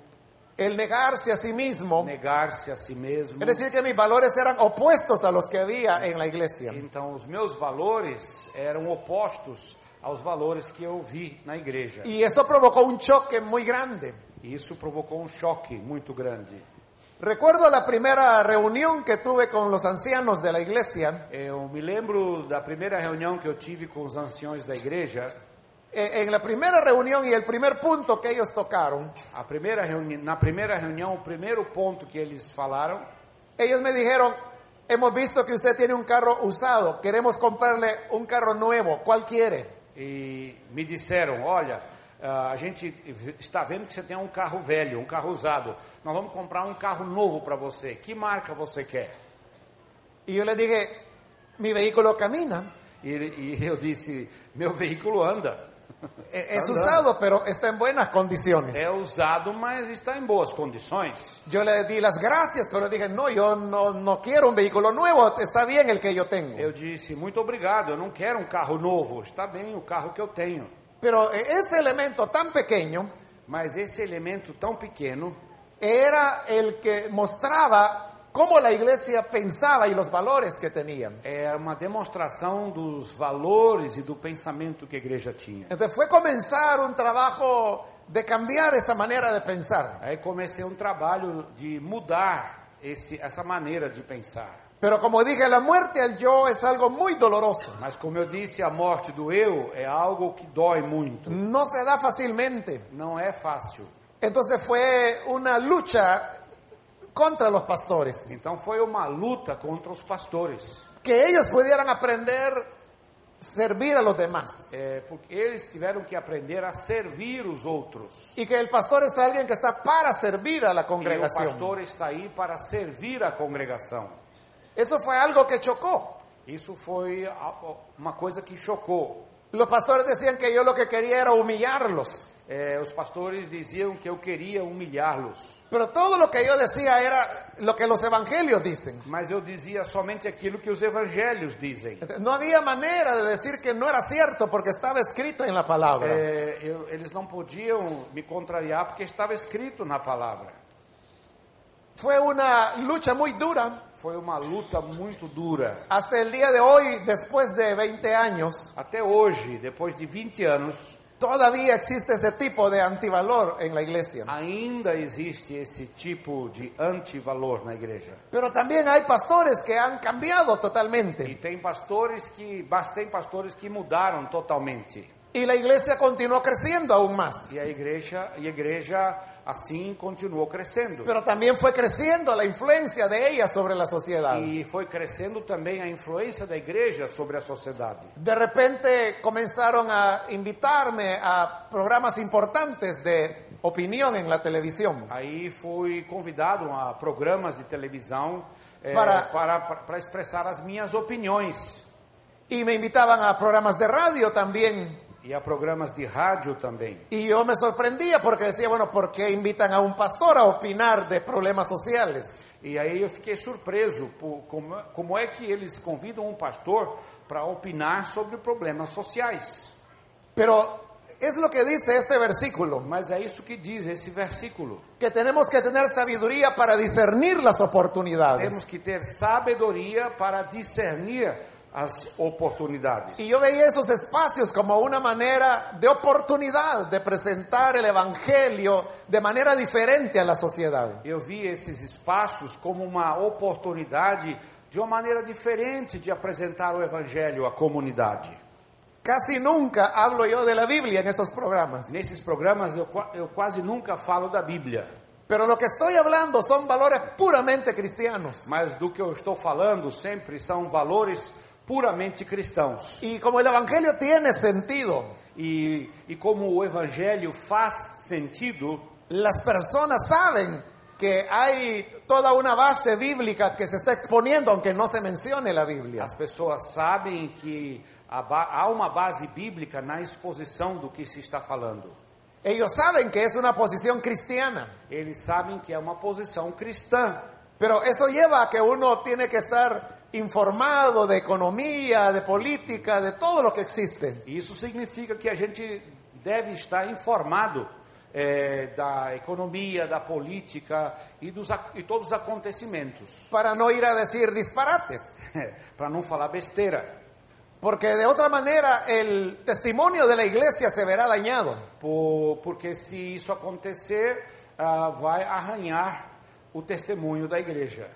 S2: el negarse a sí mismo.
S3: negar-se a si mesmo.
S2: Es decir, que mis valores eran opuestos a los que había en la iglesia.
S3: Então, os meus valores eram opostos aos valores que eu vi na igreja.
S2: Y eso provocó un choque muy grande.
S3: E isso provocou um choque muito grande.
S2: Recuerdo la primera reunión que tuve con los ancianos de la iglesia
S3: Eu me lembro da primeira reunião que eu tive com os anciões da igreja.
S2: Eh, en la primera reunión y el primer punto que ellos tocaron,
S3: A primeira reuni na primeira reunião, o primeiro ponto que eles falaram,
S2: ellos me dijeron, hemos visto que usted tiene un carro usado, queremos comprarle un carro nuevo, ¿cuál quiere?
S3: e me disseram: Olha, ah, a gente está vendo que você tem um carro velho, um carro usado. Nós vamos comprar um carro novo para você. Que marca você quer?
S2: Y yo les dije, mi vehículo camina,
S3: E, ele- e eu disse: Meu veículo anda.
S2: E- Es usado, pero está en buenas condiciones.
S3: É usado, mas está em boas condições.
S2: Yo le di las gracias, pero dije, no, yo no, no quiero un vehículo nuevo, está bien el que yo tengo.
S3: Eu disse, muito obrigado, eu não quero um carro novo, está bem o carro que eu tenho.
S2: Pero e, ese elemento tan pequeño
S3: Mas esse elemento tão pequeno
S2: era el que mostraba cómo la iglesia pensaba y los valores que tenían.
S3: é uma demonstração dos valores e do pensamento que a igreja tinha.
S2: Entonces fue comenzar un trabajo de cambiar esa manera de pensar.
S3: Aí comecei um trabalho de mudar esse, essa maneira de pensar.
S2: Pero como dije, la muerte al yo es algo muy doloroso.
S3: Mas como eu disse, a morte do eu é algo que dói muito.
S2: No se da fácilmente.
S3: Não é fácil.
S2: Entonces fue una lucha contra los pastores.
S3: Então foi uma luta contra os pastores,
S2: Que ellos pudieran aprender servir a los demás.
S3: é, porque eles tiveram que aprender a servir os outros.
S2: Y que el pastor es alguien que está para servir a la
S3: E o
S2: congregación.
S3: pastor está aí para servir a congregação.
S2: Eso fue algo que chocó.
S3: Isso foi a- uma coisa que chocou.
S2: Los pastores decían que yo lo que quería era humillarlos.
S3: É, os pastores diziam que eu queria humilhá-los,
S2: Pero todo lo que yo decía era lo que los evangelios dicen.
S3: mas eu dizia somente aquilo que os evangelhos dizem.
S2: No había manera de decir que no era cierto porque estaba escrito en la palabra.
S3: É, eu- eles não podiam me contrariar porque estava escrito na palavra.
S2: Fue una lucha muy dura.
S3: Foi uma luta muito dura.
S2: Hasta el día de hoy, después de 20 años,
S3: Até hoje, depois de 20 anos,
S2: todavía existe ese tipo de antivalor en la iglesia.
S3: ainda existe esse tipo de antivalor na igreja.
S2: Pero también hay pastores que han cambiado
S3: E
S2: totalmente.
S3: tem pastores que, mas tem pastores que mudaram totalmente.
S2: Y la iglesia continuó creciendo aún más.
S3: E a igreja, e a igreja assim continuou crescendo.
S2: Pero también fue creciendo la influencia de ella sobre la sociedad.
S3: E foi crescendo também a influência da igreja sobre a sociedade.
S2: De repente comenzaron a invitarme a programas importantes de opinión en la televisión.
S3: Aí fui convidado a programas de televisão eh,
S2: Para-
S3: para, para, para expressar as minhas opiniões.
S2: Y me invitaban a programas de radio también.
S3: E a programas de rádio também.
S2: Y yo me sorprendía porque decía, bueno, ¿por qué invitan a un pastor a opinar de problemas sociales?
S3: E aí eu fiquei surpreso por como, como é que eles convidam um pastor para opinar sobre problemas sociais.
S2: Pero es lo que dice este versículo,
S3: Mas é isso que diz esse versículo.
S2: que tenemos que tener sabiduría para discernir las oportunidades.
S3: Temos que ter sabedoria para discernir as oportunidades.
S2: Y yo veía esos espacios como una manera de oportunidad de presentar el Evangelio de manera diferente a la sociedad.
S3: Eu vi esses espaços como uma oportunidade de uma maneira diferente de apresentar o evangelho à comunidade.
S2: Casi nunca hablo yo de la Biblia en esos programas,
S3: Nesses programas eu, qua- eu quase nunca falo da Bíblia,
S2: pero lo que estoy hablando son valores puramente cristianos.
S3: mas do que eu estou falando sempre são valores puramente cristãos.
S2: Y como el Evangelio tiene sentido,
S3: E, e como o evangelho faz sentido,
S2: las personas saben que hay toda una base bíblica que se está exponiendo aunque no se mencione la Biblia.
S3: as pessoas sabem que a ba- há uma base bíblica na exposição do que se está falando.
S2: Ellos saben que es una posición cristiana,
S3: Eles sabem que é uma posição cristã.
S2: pero eso lleva a que uno tiene que estar informado de economía, de política, de todo lo que existe.
S3: Isso significa que a gente deve estar informado eh, da economia, da política e, dos, ac- e todos os acontecimentos, <laughs>
S2: para no ir a decir disparates,
S3: para não falar besteira,
S2: porque de otra manera el testimonio de la iglesia se verá dañado.
S3: Por- porque se isso acontecer, ah, vai arranhar o testemunho da igreja.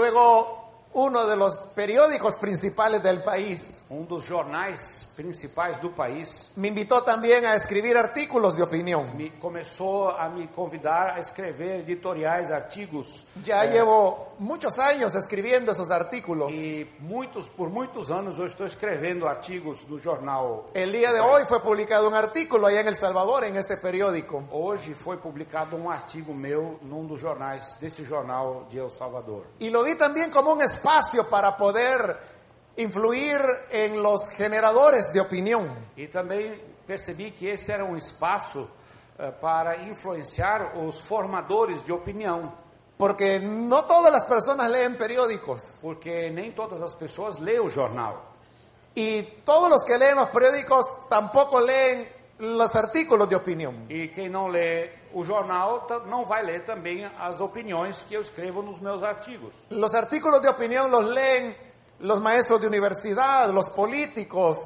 S2: Luego, uno de los periódicos principales del país
S3: Um dos jornais principais do país
S2: me invitó también a escribir artículos de opinión.
S3: me começou a me convidar a escrever editoriais, artigos.
S2: Ya llevo muchos años escribiendo esos artículos.
S3: E muitos, por muitos anos eu estou escrevendo artigos do jornal
S2: El día de hoy fue publicado un artículo allá en El Salvador en ese periódico.
S3: Hoje foi publicado um artigo meu num dos jornais, desse jornal de El Salvador.
S2: Y lo vi también como un espacio para poder influir en los generadores de opinión.
S3: E também percebi que esse era um espaço eh, para influenciar os formadores de opinião,
S2: Porque no todas las personas leen periódicos.
S3: porque nem todas as pessoas lêem o jornal.
S2: Y todos los que leen los periódicos tampoco leen los artículos de opinión.
S3: E quem não lê o jornal ta- não vai ler também as opiniões que eu escrevo nos meus artigos.
S2: Los artículos de opinión los leen los maestros de universidad, los políticos,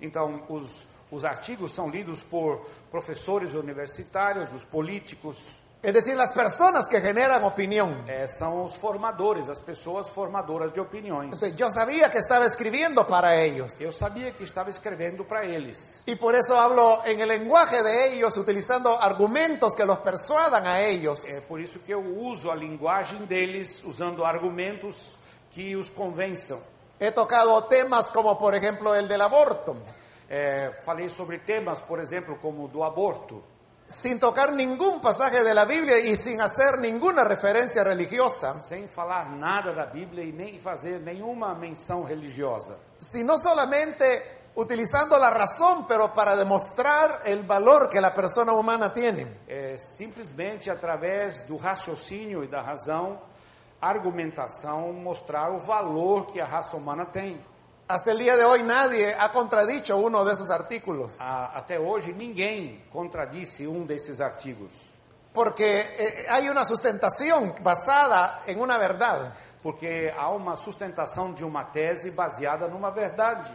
S3: Então, os, os artigos são lidos por professores universitários, os políticos,
S2: es decir, las personas que generan opinión.
S3: eh, são os formadores, as pessoas formadoras de opiniões.
S2: Entonces, yo sabía que estaba escribiendo para ellos.
S3: Eu sabia que estava escrevendo para eles.
S2: Y por eso hablo en el lenguaje de ellos, utilizando argumentos que los persuadan a ellos.
S3: É por isso que eu uso a linguagem deles, usando argumentos que os convençam.
S2: He tocado temas como, por ejemplo, el del aborto,
S3: É, falei sobre temas, por exemplo, como o do aborto,
S2: sin tocar ningún pasaje de la Biblia y sin hacer ninguna referencia religiosa,
S3: sem falar nada da Bíblia e nem fazer nenhuma menção religiosa,
S2: sino solamente utilizando la razón, pero para demostrar el valor que la persona humana tiene.
S3: é, simplesmente através do raciocínio e da razão, argumentação, mostrar o valor que a raça humana tem.
S2: Hasta el día de hoy nadie ha contradicho uno de esos artículos,
S3: A, Ah, até hoje ninguém contradisse um desses artigos,
S2: porque eh, hay una sustentación basada en una verdad.
S3: porque há uma sustentação de uma tese baseada numa verdade.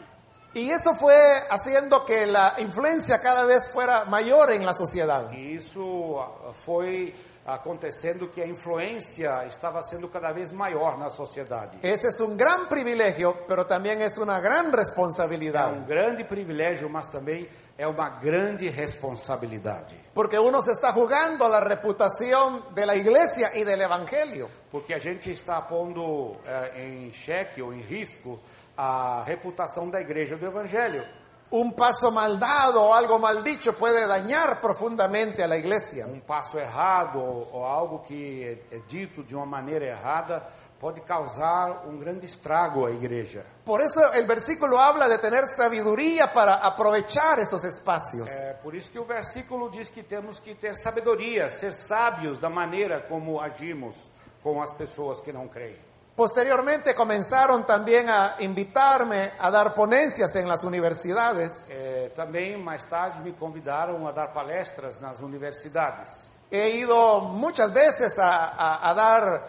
S2: Y eso fue haciendo que la influencia cada vez fuera mayor en la sociedad.
S3: E isso ah, foi acontecendo que a influência estava sendo cada vez maior na sociedade.
S2: Ese es un gran privilegio, pero también es una gran
S3: É um
S2: responsabilidad,
S3: grande privilégio, mas também é uma grande responsabilidade,
S2: porque uno se está jugando la reputación de la iglesia y del evangelio.
S3: porque a gente está pondo eh, em xeque ou em risco a reputação da igreja do evangelho.
S2: Un paso mal dado o algo mal dicho puede dañar profundamente a la iglesia.
S3: Um passo errado ou, ou algo que é, é dito de uma maneira errada pode causar um grande estrago à igreja.
S2: Por eso el versículo habla de tener sabiduría para aprovechar esos espacios.
S3: É por isso que o versículo diz que temos que ter sabedoria, ser sábios da maneira como agimos com as pessoas que não creem.
S2: Posteriormente comenzaron también a invitarme a dar ponencias en las universidades.
S3: É, também, mais tarde, me convidaram a dar palestras nas universidades.
S2: He ido muchas veces a, a- a dar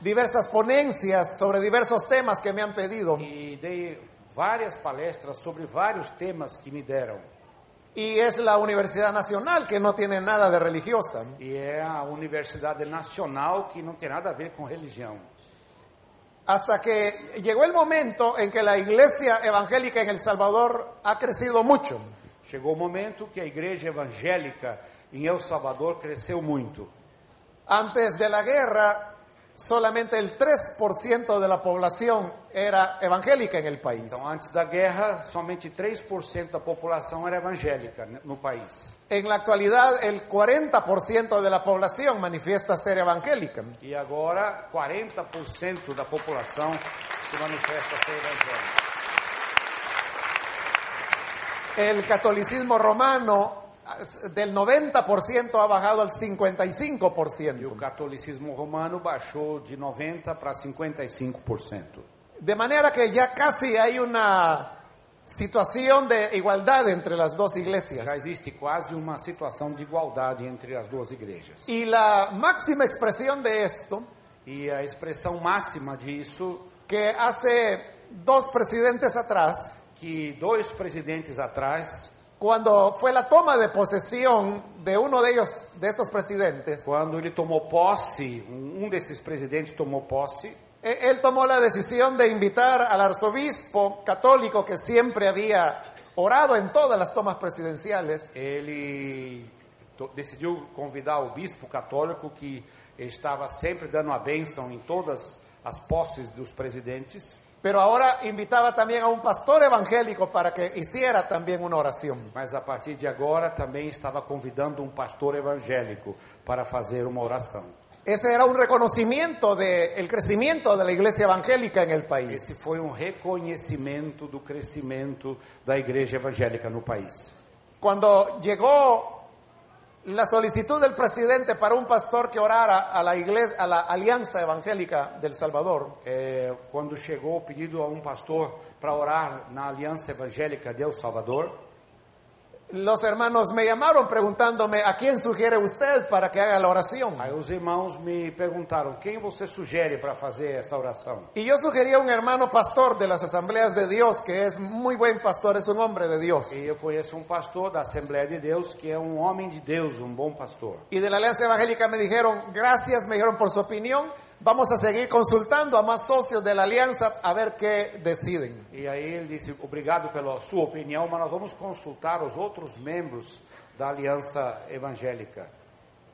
S2: diversas ponencias sobre diversos temas que me han pedido.
S3: E dei várias palestras sobre vários temas que me deram.
S2: Y es la Universidad Nacional que no tiene nada de religiosa.
S3: E é a Universidade Nacional que não tem nada a ver com religião.
S2: Hasta que llegó el momento en que la iglesia evangélica en El Salvador ha crecido mucho.
S3: Chegou o momento que a igreja evangélica em El Salvador cresceu muito.
S2: Antes de la guerra, solamente el 3% de la población era evangélica en el país.
S3: Então, antes da guerra, somente 3% da população era evangélica né, no país.
S2: En la actualidad, el 40% de la población manifiesta ser evangélica.
S3: E agora, 40% da população se manifesta ser evangélica.
S2: El catolicismo romano ah, s- del 90% ha bajado al
S3: E o
S2: 55%.
S3: catolicismo romano baixou de 90% para 55%.
S2: De manera que ya casi hay una situación de igualdad entre las dos
S3: Já
S2: iglesias.
S3: existe quase uma situação de igualdade entre as duas igrejas.
S2: Y la máxima expresión de esto,
S3: E a expressão máxima disso,
S2: que hace dos presidentes atrás,
S3: que dois presidentes atrás,
S2: cuando fue la toma de posesión de uno de ellos, de estos presidentes,
S3: quando ele tomou posse, um um desses presidentes tomou posse,
S2: Eh, Él tomó la decisión de invitar al arzobispo católico que siempre había orado en todas las tomas presidenciales
S3: ele to- decidiu convidar o bispo católico que estava sempre dando a bênção em todas as posses dos presidentes,
S2: pero ahora invitaba también a un pastor evangélico para que hiciera también una oración.
S3: mas a partir de agora também estava convidando um pastor evangélico para fazer uma oração.
S2: Ese era un reconocimiento del crecimiento de la iglesia evangélica en el país.
S3: Esse foi um reconhecimento do crescimento da igreja evangélica no país.
S2: Cuando llegó la solicitud del presidente para un pastor que orara a la, iglesia, a la Alianza Evangélica del Salvador,
S3: É, quando chegou o pedido a um pastor para orar na Aliança Evangélica de El Salvador,
S2: los hermanos me llamaron preguntándome a quién sugiere usted para que haga la oración.
S3: aí os irmãos me perguntaram: quem você sugere para fazer essa oração?
S2: Y yo sugerí a un hermano pastor de las asambleas de Dios, que es muy buen pastor, es un hombre de Dios.
S3: E eu conheço um pastor da Assembleia de Deus que é um homem de Deus, um bom pastor.
S2: Y de la Alianza Evangélica me dijeron, gracias, me dijeron por su opinión, vamos a seguir consultando a más socios de la Alianza a ver qué deciden.
S3: E aí ele disse: obrigado pela sua opinião, mas nós vamos consultar os outros membros da Aliança Evangélica.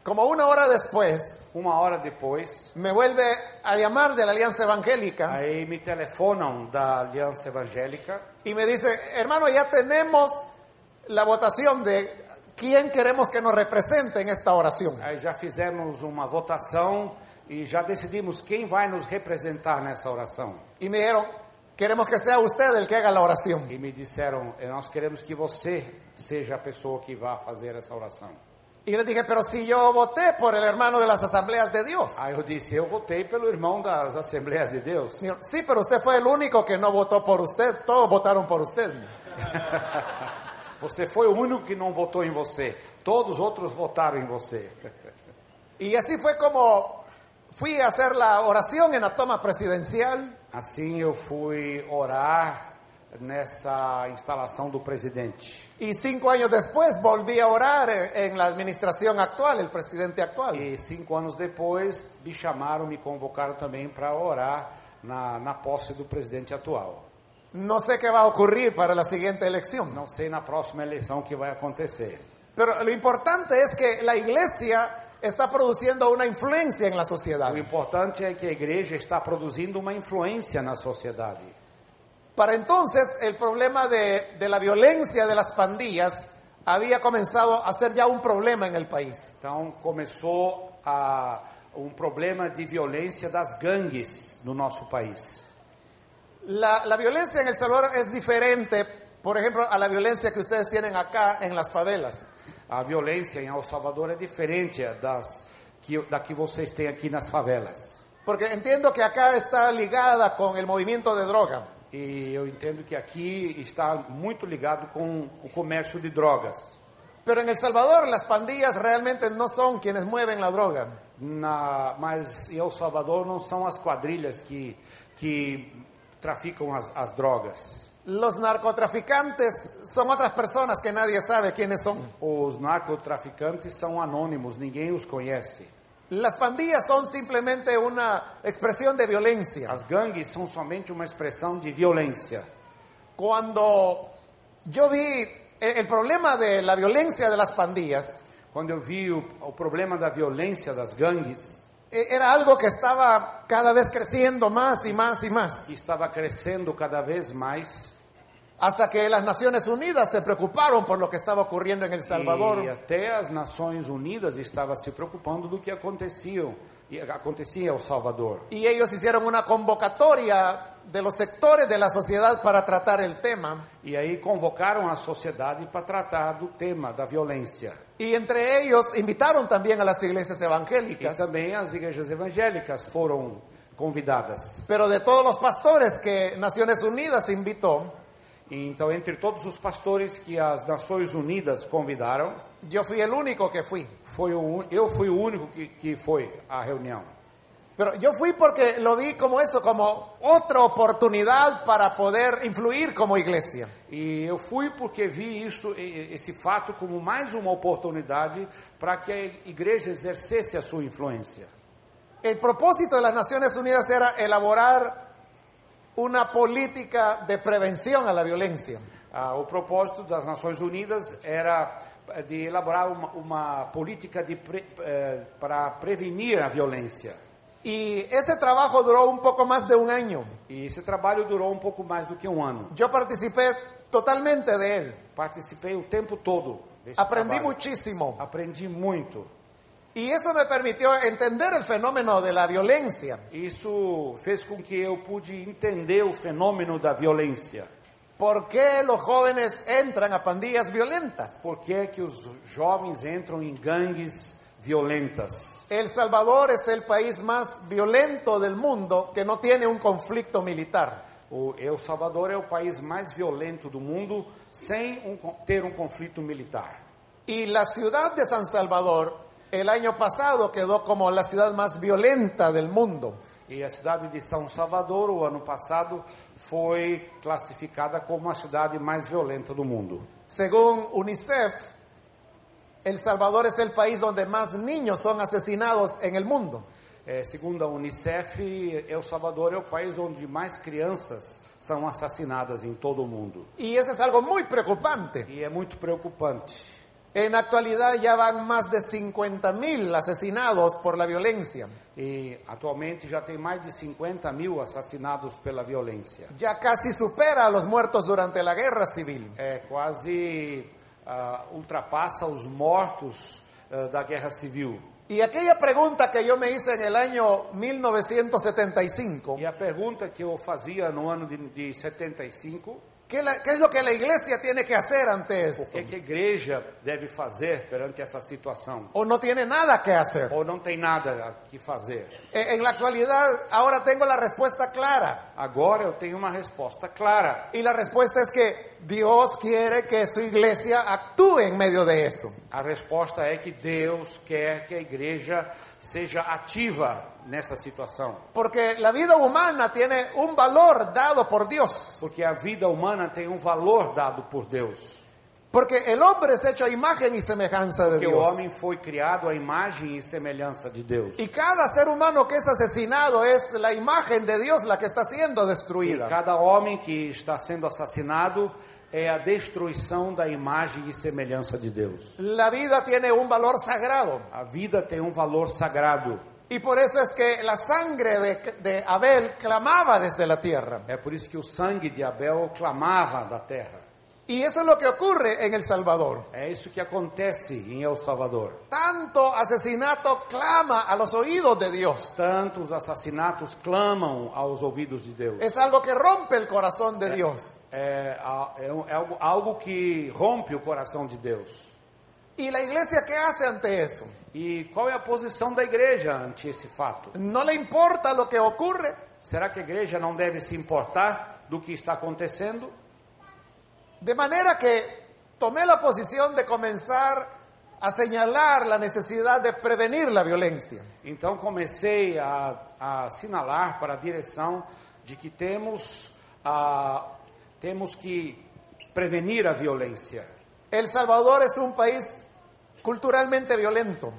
S2: Como una hora después,
S3: Uma hora depois,
S2: me vuelve a llamar de la Alianza Evangélica
S3: aí me telefonam da Aliança Evangélica
S2: y me dice, hermano, ya tenemos la votación de quién queremos que nos represente en esta oración.
S3: Aí já fizemos uma votação e já decidimos quem vai nos representar nessa oração.
S2: Y me dijeron, queremos que sea usted el que haga la oración.
S3: E me disseram, "Eh, nós queremos que você seja a pessoa que vá fazer essa oração.
S2: Y les dije, pero si yo voté por el hermano de las asambleas de Dios.
S3: Aí eu disse, eu votei pelo irmão das Assembleias de Deus.
S2: Me dijeron, Sí, pero usted fue el único que no votó por usted, todos votaron por usted.
S3: Você foi o único que não votou em você. Todos os outros votaram em você. <laughs>
S2: Y así fue como fui a hacer la oración en la toma presidencial
S3: Assim eu fui orar nessa instalação do presidente.
S2: y cinco años después volví a orar en en la administración actual, el presidente actual.
S3: E cinco anos depois me chamaram, me convocaram também para orar na, na posse do presidente atual.
S2: No sé qué va a ocurrir para la siguiente elección,
S3: Não sei na próxima eleição o que vai acontecer.
S2: pero lo importante es que la iglesia está produciendo una influencia en la sociedad.
S3: O importante é que a igreja está produzindo uma influência na sociedade.
S2: Para entonces el problema de, de la violencia de las pandillas había comenzado a ser ya un problema en el país.
S3: Então começou a, um problema de violência das gangues no nosso país.
S2: La, la violencia en El Salvador es diferente, por ejemplo, a la violencia que ustedes tienen acá en las favelas.
S3: A violência em El Salvador é diferente das que, da que vocês têm aqui nas favelas.
S2: Porque entiendo que acá está ligada con el movimiento de droga.
S3: E eu entendo que aqui está muito ligado com o comércio de drogas.
S2: Pero en El Salvador las pandillas realmente no son quienes mueven la droga.
S3: Na, mas em El Salvador não são as quadrilhas que, que traficam as, as drogas.
S2: Los narcotraficantes son otras personas que nadie sabe quiénes son.
S3: Os narcotraficantes são anônimos, ninguém os conhece.
S2: Las pandillas son simplemente una expresión de violencia.
S3: As gangues são somente uma expressão de violência.
S2: Cuando yo vi eh, el problema de la violencia de las pandillas,
S3: Quando eu vi o, o problema da violência das gangues,
S2: Eh, Era algo que estaba cada vez creciendo más y más y más,
S3: que estava crescendo cada vez mais,
S2: hasta que las Naciones Unidas se preocuparon por lo que estaba ocurriendo en El
S3: e
S2: Salvador.
S3: até as Nações Unidas estavam se preocupando do que aconteciam, e acontecia em El Salvador.
S2: Y ellos hicieron una convocatoria de los sectores de la sociedad para tratar el tema.
S3: E aí convocaram a sociedade para tratar do tema da violência.
S2: Y entre ellos invitaron también a las iglesias
S3: E
S2: evangélicas,
S3: também as igrejas evangélicas foram convidadas.
S2: pero de todos los pastores que Naciones Unidas invitó,
S3: E então, entre todos os pastores que as Nações Unidas convidaram,
S2: yo fui el único que fui.
S3: foi o, un- eu fui o único que, que foi à reunião.
S2: Pero yo fui porque lo vi como eso, como otra oportunidad para poder influir como iglesia.
S3: E eu fui porque vi isso, e- esse fato como mais uma oportunidade para que a igreja exercesse a sua influência.
S2: El propósito de las Naciones Unidas era elaborar una política de prevención a la violencia.
S3: Ah, o propósito das Nações Unidas era eh, de elaborar uma, uma política de pre, eh, para prevenir a violência.
S2: Y ese trabajo duró un poco más de un año.
S3: E esse trabalho durou um pouco mais do que um ano.
S2: Yo participé totalmente de él.
S3: Participei o tempo todo desse
S2: Aprendí
S3: trabalho.
S2: muchísimo.
S3: Aprendi muito.
S2: Y eso me permitió entender el fenómeno de la violencia.
S3: Isso fez com que eu pude entender o fenômeno da violência.
S2: ¿Por qué los jóvenes entran a pandillas violentas?
S3: Por que é que os jovens entram em gangues violentas?
S2: El Salvador es el país más violento del mundo que no tiene un conflicto militar.
S3: O El Salvador é o país mais violento do mundo sem um con- ter um conflito militar.
S2: Y la ciudad de San Salvador el año pasado quedó como la ciudad más violenta del mundo.
S3: E a cidade de São Salvador, o ano passado, foi classificada como a cidade mais violenta do mundo.
S2: Según UNICEF, El Salvador es el país donde más niños son asesinados en el mundo.
S3: É, segundo a Unicef, El Salvador é o país onde mais crianças são assassinadas em todo o mundo.
S2: Y eso es algo muy preocupante.
S3: E é muito preocupante.
S2: En actualidad ya van más de 50 mil asesinados por la violencia.
S3: E atualmente já tem mais de 50 mil assassinados pela violência.
S2: Ya casi supera a los muertos durante la guerra civil.
S3: É quase ah, ultrapassa os mortos ah, da guerra civil.
S2: Y aquella pregunta que yo me hice en el año 1975,
S3: E a pergunta que eu fazia no ano de, de 75,
S2: ¿qué, la- qué es lo que la iglesia tiene que hacer ante
S3: o
S2: esto?
S3: que, que a igreja deve fazer perante essa situação?
S2: ¿O no tiene nada que hacer?
S3: Ou não tem nada a que fazer?
S2: E- En la actualidad ahora tengo la respuesta clara.
S3: Agora eu tenho uma resposta clara.
S2: Y la respuesta es que Dios quiere que su iglesia actúe en medio de eso.
S3: A resposta é que Deus quer que a igreja seja ativa nessa situação.
S2: Porque la vida humana tiene un valor dado por Dios.
S3: Porque a vida humana tem um valor dado por Deus.
S2: Porque el hombre es hecho a imagen y semejanza de
S3: Porque o
S2: Dios.
S3: homem foi criado à imagem e semelhança de Deus.
S2: Y cada ser humano que es asesinado es la imagen de Dios la que está siendo
S3: E
S2: destruida.
S3: cada homem que está sendo assassinado é a destruição da imagem e semelhança de Deus.
S2: La vida tiene un valor sagrado.
S3: A vida tem um valor sagrado.
S2: Y por eso es que la sangre de, de Abel clamaba desde la tierra.
S3: É por isso que o sangue de Abel clamava da terra.
S2: Y eso es lo que ocurre en El Salvador.
S3: É isso que acontece em El Salvador.
S2: Tanto asesinato clama a los oídos de Dios.
S3: Tanto os assassinatos clamam aos ouvidos de Deus.
S2: Es algo que rompe el corazón de Dios.
S3: É, a- é um- é algo- algo que rompe o coração de Deus.
S2: ¿Y la iglesia qué hace ante eso?
S3: E qual é a posição da igreja ante esse fato?
S2: ¿No le importa lo que ocurre?
S3: Será que a igreja não deve se importar do que está acontecendo?
S2: De manera que tomé la posición de comenzar a señalar la necesidad de prevenir la violencia.
S3: Então comecei a, a assinalar para a direção de que temos, a, temos que prevenir a violência.
S2: El Salvador es un país culturalmente violento,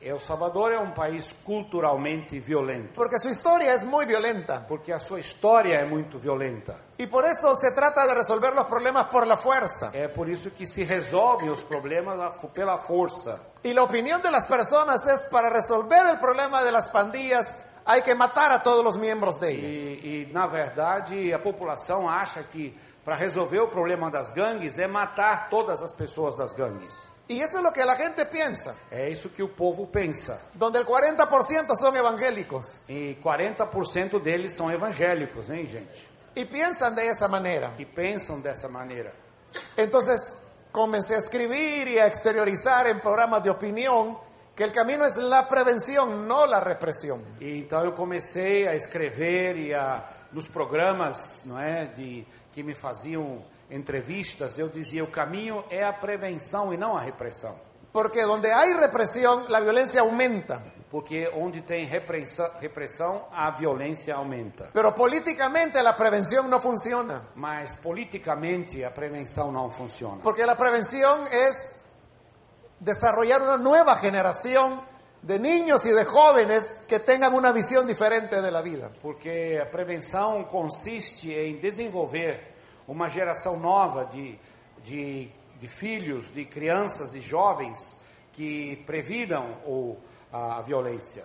S3: El Salvador é um país culturalmente violento,
S2: porque su historia es muy violenta.
S3: porque a sua história é muito violenta.
S2: Y por eso se trata de resolver los problemas por la fuerza.
S3: É por isso que se resolvem os problemas a- pela força.
S2: Y la opinión de las personas es, para resolver el problema de las pandillas, hay que matar a todos los miembros de ellas.
S3: E, e, na verdade, a população acha que para resolver o problema das gangues é matar todas as pessoas das gangues.
S2: Y eso es lo que la gente piensa,
S3: É isso que o povo pensa.
S2: donde el 40% son evangélicos
S3: E 40% deles são evangélicos, hein, gente?
S2: y piensan de esa manera.
S3: E pensam dessa maneira.
S2: Entonces comencé a escribir y a exteriorizar en programas de opinión que el camino es la prevención, no la represión.
S3: E, então eu comecei a escrever e a nos programas, não é, de que me faziam entrevistas, eu dizia o caminho é a prevenção e não a repressão.
S2: Porque donde hay represión, la violencia aumenta.
S3: Porque onde tem repressa- repressão, a violência aumenta.
S2: Pero políticamente la prevención no funciona.
S3: Mas politicamente a prevenção não funciona.
S2: Porque la prevención es desarrollar una nueva generación de niños y de jóvenes que tengan una visión diferente de la vida.
S3: Porque a prevenção consiste em desenvolver uma geração nova de, de, de filhos, de crianças e jovens que previdam o, a violência.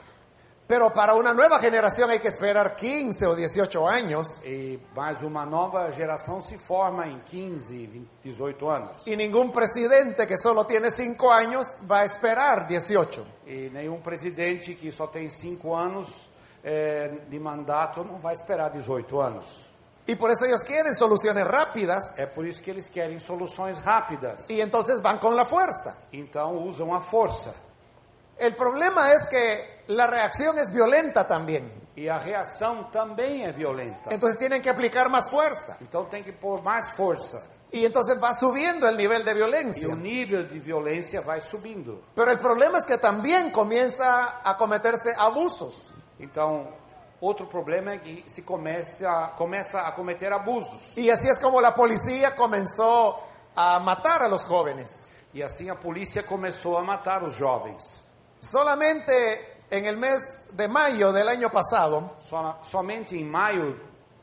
S2: Pero para una nueva generación hay que esperar 15 o 18 años
S3: E mais uma nova geração se forma em 15, 20, 18 anos.
S2: y ningún presidente que solo tiene 5 años va a esperar 18.
S3: E nenhum presidente é, que só tem cinco anos eh, de mandato não vai esperar 18 anos.
S2: Y por eso ellos quieren soluciones rápidas
S3: É por isso que eles querem soluções rápidas.
S2: y entonces van con la fuerza.
S3: Então usam a força.
S2: El problema es que la reacción es violenta también.
S3: E a reação também é violenta.
S2: Entonces tienen que aplicar más fuerza.
S3: Então tem que pôr mais força.
S2: Y entonces va subiendo el nivel de
S3: E o
S2: violencia.
S3: nível de violência vai subindo.
S2: Pero el problema es que también comienza a cometerse abusos.
S3: Então, outro problema é que se começa, começa a cometer abusos.
S2: Y así es como la policía comenzó a matar a los jóvenes.
S3: E assim a polícia começou a matar os jovens.
S2: Solamente en el mes de mayo del año pasado,
S3: Só, somente em maio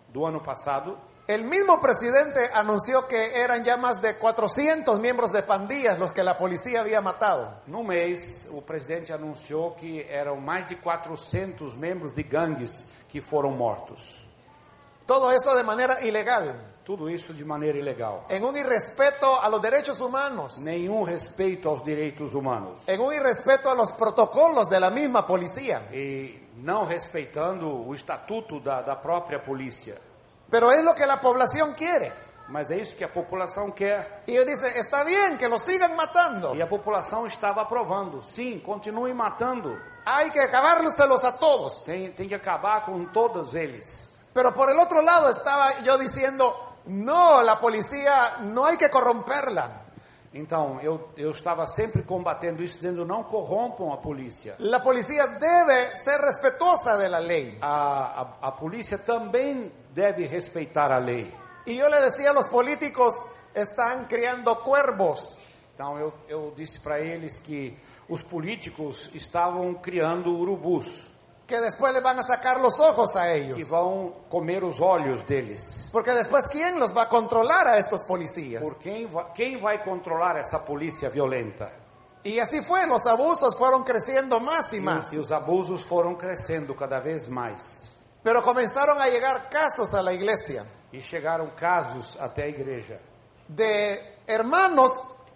S3: do ano passado,
S2: el mismo presidente anunció que eran ya más de 400 miembros de pandillas los que la policía había matado.
S3: no mês, o presidente anunciou que eram mais de 400 membros de gangues que foram mortos.
S2: Todo eso de manera ilegal,
S3: Tudo isso de maneira ilegal.
S2: en un irrespeto a los derechos humanos,
S3: Nenhum respeito aos direitos humanos.
S2: en un irrespeto a los protocolos de la misma policía.
S3: E não respeitando o estatuto da, da própria polícia.
S2: Pero es lo que la población quiere.
S3: Mas é isso que a população quer.
S2: Y ellos dicen, está bien que los sigan matando.
S3: E a população estava aprovando. Sim, continue matando.
S2: Hay que acabárselos a todos.
S3: Tem, tem que acabar com todos eles.
S2: Pero por el otro lado estaba yo diciendo, no, la policía no hay que corromperla.
S3: Então, eu, eu estava sempre combatendo isso, dizendo não corrompam a polícia.
S2: La policía debe ser respetuosa de la ley.
S3: A, a, a polícia também deve respeitar a lei.
S2: Y yo le decía a los políticos, están criando cuervos.
S3: Então, eu, eu disse para eles que os políticos estavam criando urubus
S2: que después le van a sacar los ojos a
S3: que
S2: ellos.
S3: vão comer os olhos deles.
S2: Porque después, ¿quién los va a controlar a estos policías?
S3: Por quem, va- quem vai controlar essa polícia violenta?
S2: Y así fue, los abusos fueron creciendo más y
S3: E,
S2: más.
S3: o- e os abusos foram crescendo cada vez mais.
S2: Pero comenzaron a llegar casos a la iglesia
S3: E chegaram casos até a igreja
S2: de hermanos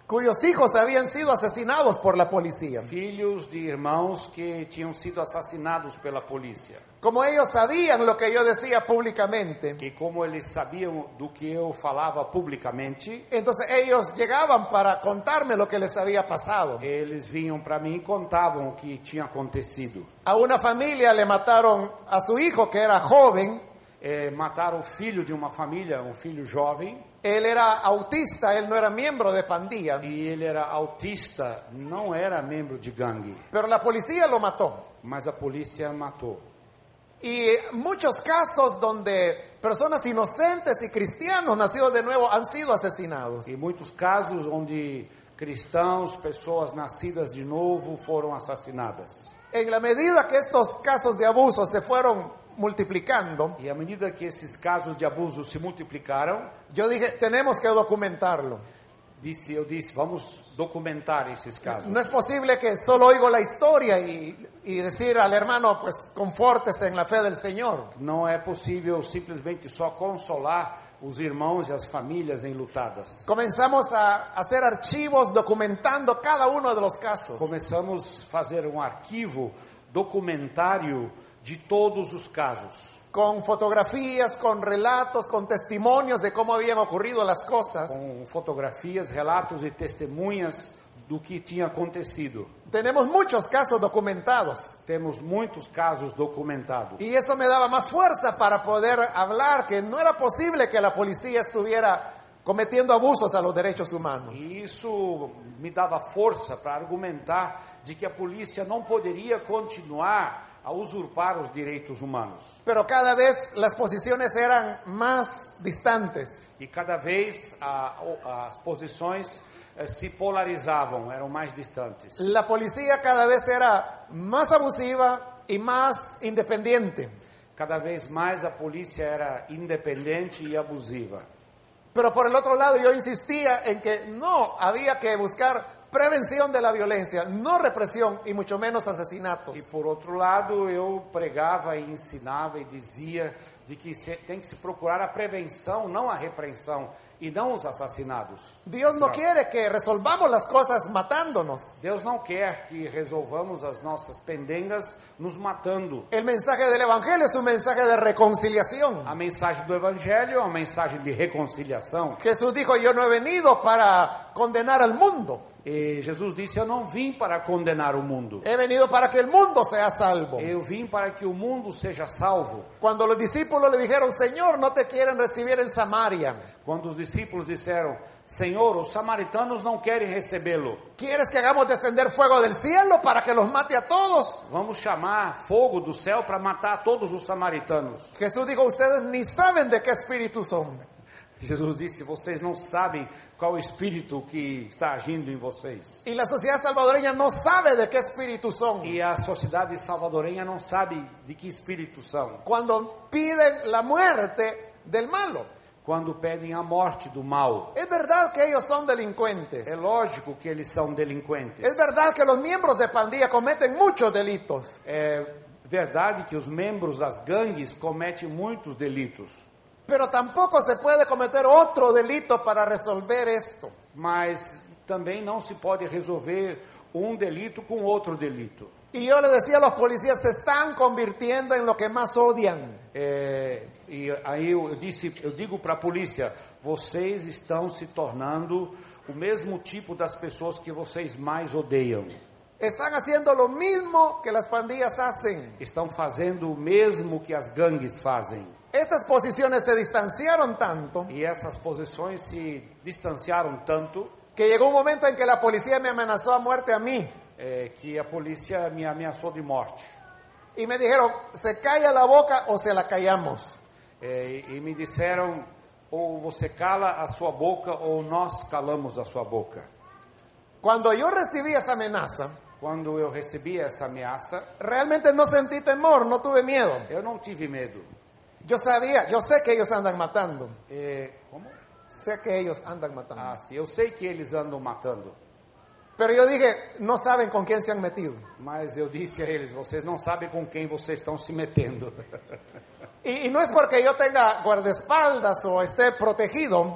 S2: cuyos hijos habían sido asesinados por la policía.
S3: filhos de irmãos que tinham sido assassinados pela polícia.
S2: Como ellos sabían lo que yo decía públicamente,
S3: E como eles sabiam do que eu falava publicamente,
S2: entonces ellos llegaban para contarme lo que les había pasado.
S3: eles vinham para mim e contavam o que tinha acontecido.
S2: A una familia le mataron a su hijo que era joven,
S3: Eh, mataram o filho de uma família, um filho jovem,
S2: él era autista, él no era miembro de pandilla,
S3: e ele era autista, não era membro de gangue,
S2: pero la policía lo mató.
S3: mas a polícia matou.
S2: Y muchos casos donde personas inocentes y cristianos nacidos de nuevo han sido asesinados.
S3: E muitos casos onde cristãos, pessoas nascidas de novo foram assassinadas.
S2: En la medida que estos casos de abuso se fueron multiplicando,
S3: E à medida que esses casos de abuso se multiplicaram,
S2: yo dije, tenemos que documentarlo.
S3: disse, eu disse, vamos documentar esses casos.
S2: No es posible que solo oigo la historia y, y decir al hermano, pues confórtese en la fe del Señor.
S3: Não é possível simplesmente só consolar os irmãos e as famílias enlutadas.
S2: Comenzamos a hacer archivos documentando cada uno de los casos.
S3: Começamos a fazer um arquivo documentário de todos os casos,
S2: con fotografías, con relatos, con testimonios de cómo habían ocurrido las cosas.
S3: com fotografias, relatos e testemunhas do que tinha acontecido.
S2: Tenemos muchos casos documentados
S3: Temos muitos casos documentados.
S2: y eso me daba más fuerza para poder hablar que no era posible que la policía estuviera cometiendo abusos a los derechos humanos.
S3: E isso me dava força para argumentar de que a polícia não poderia continuar a usurpar os direitos humanos.
S2: Pero cada vez las posiciones eran más distantes.
S3: E cada vez a- o- as posições eh, se polarizavam, eram mais distantes.
S2: La policía cada vez era más abusiva y más independiente.
S3: Cada vez mais a polícia era independente e abusiva.
S2: Pero por el otro lado yo insistía en que no había que buscar prevención de la violencia, no represión y mucho menos asesinatos.
S3: E por outro lado, eu pregava e ensinava e dizia de que se- tem que se procurar a prevenção, não a repreensão e não os assassinados.
S2: Dios no quiere que resolvamos las cosas matándonos.
S3: Deus não quer que resolvamos as nossas pendengas nos matando.
S2: El mensaje del Evangelio es un mensaje de reconciliación.
S3: A mensagem do Evangelho é uma mensagem de reconciliação.
S2: Jesús dijo, yo no he venido para condenar al mundo,
S3: E Jesus disse: Eu não vim para condenar o mundo.
S2: he venido para que el mundo sea salvo.
S3: Eu vim para que o mundo seja salvo.
S2: Cuando los discípulos le dijeron, Señor, no te quieren recibir en Samaria,
S3: Quando os discípulos disseram: Senhor, os samaritanos não querem recebê-lo.
S2: ¿quieres que hagamos descender fuego del cielo para que los mate a todos?
S3: Vamos chamar fogo do céu para matar todos os samaritanos.
S2: Jesús dijo, ustedes ni saben de qué espíritu son.
S3: Jesus disse: Vocês não sabem qual espírito que está agindo em vocês.
S2: Y la sociedad salvadoreña no sabe de qué espíritu son.
S3: E a sociedade salvadorenha não sabe de que espírito são.
S2: Cuando piden la muerte del malo.
S3: Quando pedem a morte do mal,
S2: Es verdad que ellos son
S3: é
S2: delincuentes.
S3: lógico que eles são delinquentes.
S2: Es verdad que los miembros de pandilla cometen muchos delitos.
S3: É verdade que os membros das gangues cometem muitos delitos,
S2: Pero tampoco se puede cometer otro delito para resolver esto.
S3: mas também não se pode resolver um delito com outro delito.
S2: Y yo le decía a los policías, se están convirtiendo en lo que más odian.
S3: É, e aí eu eu disse, eu digo para a polícia, vocês estão se tornando o mesmo tipo das pessoas que vocês mais odeiam.
S2: Están haciendo lo mismo que las pandillas hacen.
S3: Estão fazendo o mesmo que as gangues fazem.
S2: Estas posiciones se distanciaron tanto
S3: E essas posições se distanciaram tanto
S2: que llegó un momento en que la policía me amenazó a muerte a mí.
S3: é, que a polícia me ameaçou de morte.
S2: Y me dijeron, se calla la boca o se la callamos.
S3: É, e me disseram: ou você cala a sua boca, ou nós calamos a sua boca.
S2: Cuando yo recibí esa amenaza,
S3: Quando eu recebi essa ameaça,
S2: realmente no sentí temor, no tuve miedo.
S3: eu não tive medo.
S2: Yo sabía, yo sé que ellos andan matando.
S3: É, como?
S2: Sé que ellos andan matando.
S3: Ah, sim, eu sei que eles andam matando,
S2: Pero yo dije, no saben con quién se han metido.
S3: mas eu disse a eles: vocês não sabem com quem vocês estão se metendo. <laughs>
S2: Y, y no es porque yo tenga guardaespaldas o esté protegido,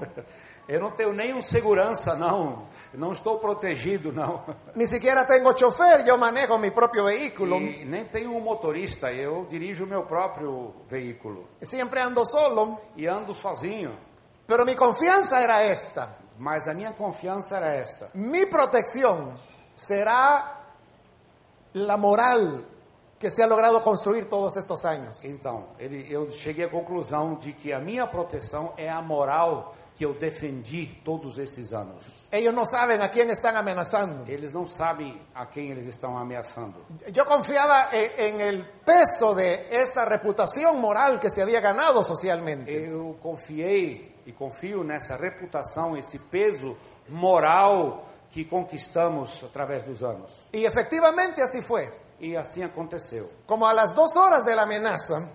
S3: Eu não tenho nenhum segurança, não. Não estou protegido, não.
S2: ni siquiera tengo chofer, yo manejo mi propio vehículo.
S3: E nem tenho um motorista, eu dirijo o meu próprio veículo.
S2: Siempre ando solo,
S3: E ando sozinho.
S2: pero mi confianza era esta.
S3: Mas a minha confiança era esta.
S2: Mi protección será la moral que se ha logrado construir todos estos años.
S3: Então, ele, eu cheguei à conclusão de que a minha proteção é a moral que eu defendi todos esses anos.
S2: Ellos no saben a quién están amenazando.
S3: Eles não sabem a quem eles estão ameaçando.
S2: Yo confiaba e- en el peso de esa reputación moral que se había ganado socialmente.
S3: Eu confiei e confio nessa reputação, esse peso moral que conquistamos através dos anos.
S2: Y efectivamente así fue.
S3: E assim aconteceu.
S2: Como a las dos horas de la amenaza,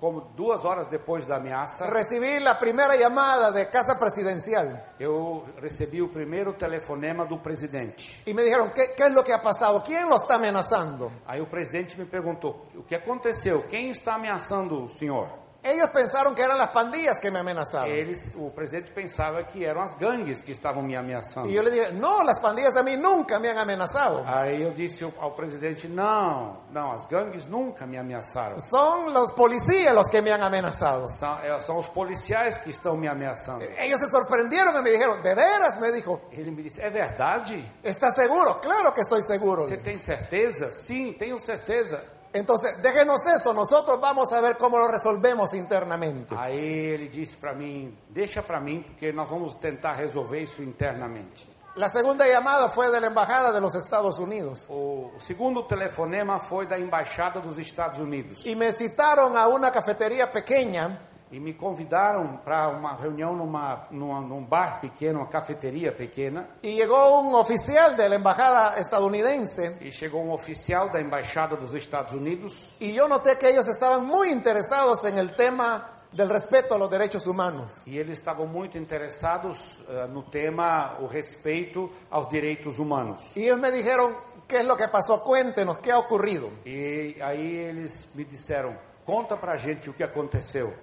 S3: Como duas horas depois da ameaça,
S2: recibí la primera llamada de Casa Presidencial
S3: eu recebi o primeiro telefonema do presidente.
S2: y me dijeron, ¿qué, qué es lo que ha pasado? ¿Quién lo está amenazando?
S3: Aí o presidente me perguntou: o que aconteceu? Quem está ameaçando o senhor?
S2: Ellos pensaron que eran las pandillas que me amenazaban.
S3: Eles, o presidente pensava que eram as gangues que estavam me ameaçando.
S2: Y yo le dije, no, las pandillas a mí nunca me han amenazado.
S3: Aí eu disse ao ao presidente: não, não, as gangues nunca me ameaçaram.
S2: Son los policías los que me han amenazado.
S3: São, é, são os policiais que estão me ameaçando.
S2: Ellos se sorprendieron y me dijeron, ¿de veras? Me dijo,
S3: Ele me disse: é verdade?
S2: ¿estás seguro? Claro que estoy seguro.
S3: Você tem certeza? Sim, tenho certeza.
S2: Entonces, déjenos eso, nosotros vamos a ver cómo lo resolvemos internamente.
S3: Aí ele disse para mim: deixa para mim, porque nós vamos tentar resolver isso internamente.
S2: La segunda llamada fue de la Embajada de los Estados Unidos.
S3: O, o segundo telefonema foi da embaixada dos Estados Unidos
S2: Y me citaron a una cafetería pequeña
S3: e me convidaram para uma reunião numa, numa num bar pequeno, uma cafeteria pequena.
S2: y llegó un oficial de la Embajada estadounidense
S3: E chegou um oficial da embaixada dos Estados Unidos
S2: y yo noté que ellos estaban muy interesados en el tema del respeto a los derechos humanos.
S3: e eles estavam muito interessados eh, no tema o respeito aos direitos humanos.
S2: Y ellos me dijeron, ¿qué es lo que pasó? Cuéntenos, ¿qué ha ocurrido?
S3: E aí eles me disseram: "Conta pra gente o que aconteceu".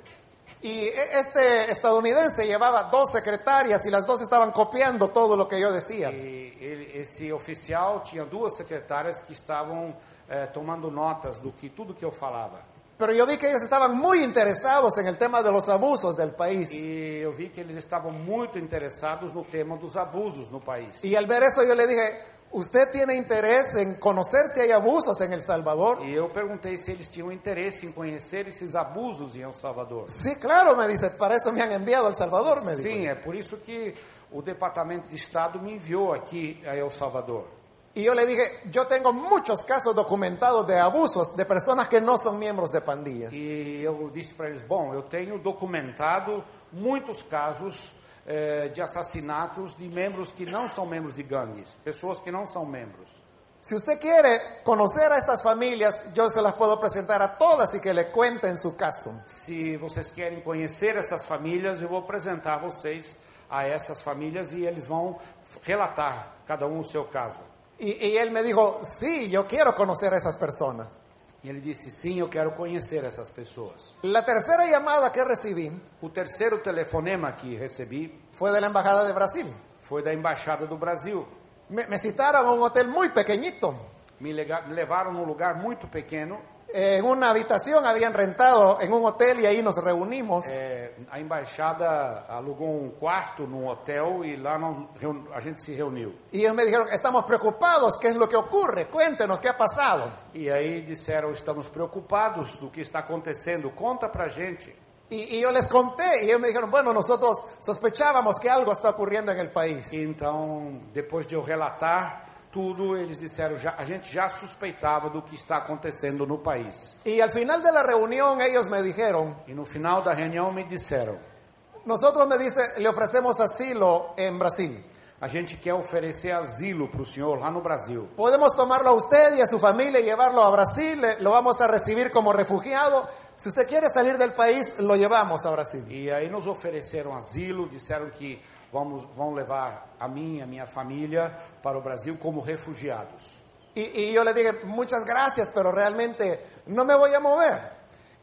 S2: Y e- este estadounidense llevaba dos secretarias y las dos estaban copiando todo lo que yo decía.
S3: E ele, esse oficial tinha duas secretárias que estavam eh, tomando notas do que tudo que eu falava.
S2: Pero yo vi que ellos estaban muy interesados en el tema de los abusos del país.
S3: E eu vi que eles estavam muito interessados no tema dos abusos no país.
S2: Y al ver eso yo le dije, ¿usted tiene interés en conocer si hay abusos en El Salvador?
S3: E eu perguntei se eles tinham interesse em conhecer esses abusos em El Salvador.
S2: Sí, claro, me dice, para eso me han enviado a El Salvador, me dijo.
S3: Sim, é por isso que o Departamento de Estado me enviou aqui a El Salvador.
S2: Y yo le dije, yo tengo muchos casos documentados de abusos de personas que no son miembros de pandillas.
S3: E eu disse para eles: bom, eu tenho documentado muitos casos eh, de assassinatos de membros que não são membros de gangues, pessoas que não são membros.
S2: Si usted quiere conocer a estas familias, yo se las puedo presentar a todas y que le cuenten su caso.
S3: Se vocês querem conhecer essas famílias, eu vou apresentar vocês a essas famílias e eles vão relatar cada um o seu caso.
S2: Y, y él me dijo, sí, yo quiero conocer a esas personas.
S3: E ele disse: sim, eu quero conhecer essas pessoas.
S2: La tercera llamada que recibí
S3: O terceiro telefonema que recebi
S2: fue de la Embajada de Brasil.
S3: foi da Embaixada do Brasil.
S2: Me, me citaron a un hotel muy pequeñito.
S3: Me, lega- me levaram num lugar muito pequeno.
S2: Eh, En una habitación habían rentado en un hotel y ahí nos reunimos.
S3: É, a embaixada alugou um quarto num hotel e lá nós reun- a gente se reuniu.
S2: Y ellos me dijeron, estamos preocupados, ¿qué es lo que ocurre? Cuéntenos, ¿qué ha pasado?
S3: E aí disseram: estamos preocupados do que está acontecendo, conta pra gente.
S2: Y, y yo les conté y ellos me dijeron, bueno, nosotros sospechábamos que algo está ocurriendo en el país.
S3: Então, depois de eu relatar tudo, eles disseram: já, a gente já suspeitava do que está acontecendo no país.
S2: Y al final de la reunión ellos me dijeron,
S3: E no final da reunião me disseram:
S2: nosotros me dice, le ofrecemos asilo en Brasil.
S3: a gente quer oferecer asilo para o senhor lá no Brasil.
S2: Podemos tomarlo a usted y a su familia y llevarlo a Brasil, le- lo vamos a recibir como refugiado. Si usted quiere salir del país, lo llevamos a Brasil.
S3: E aí nos ofereceram asilo, disseram que vamos, vão levar a mim e a minha família para o Brasil como refugiados.
S2: Y, y yo le dije, muchas gracias, pero realmente no me voy a mover,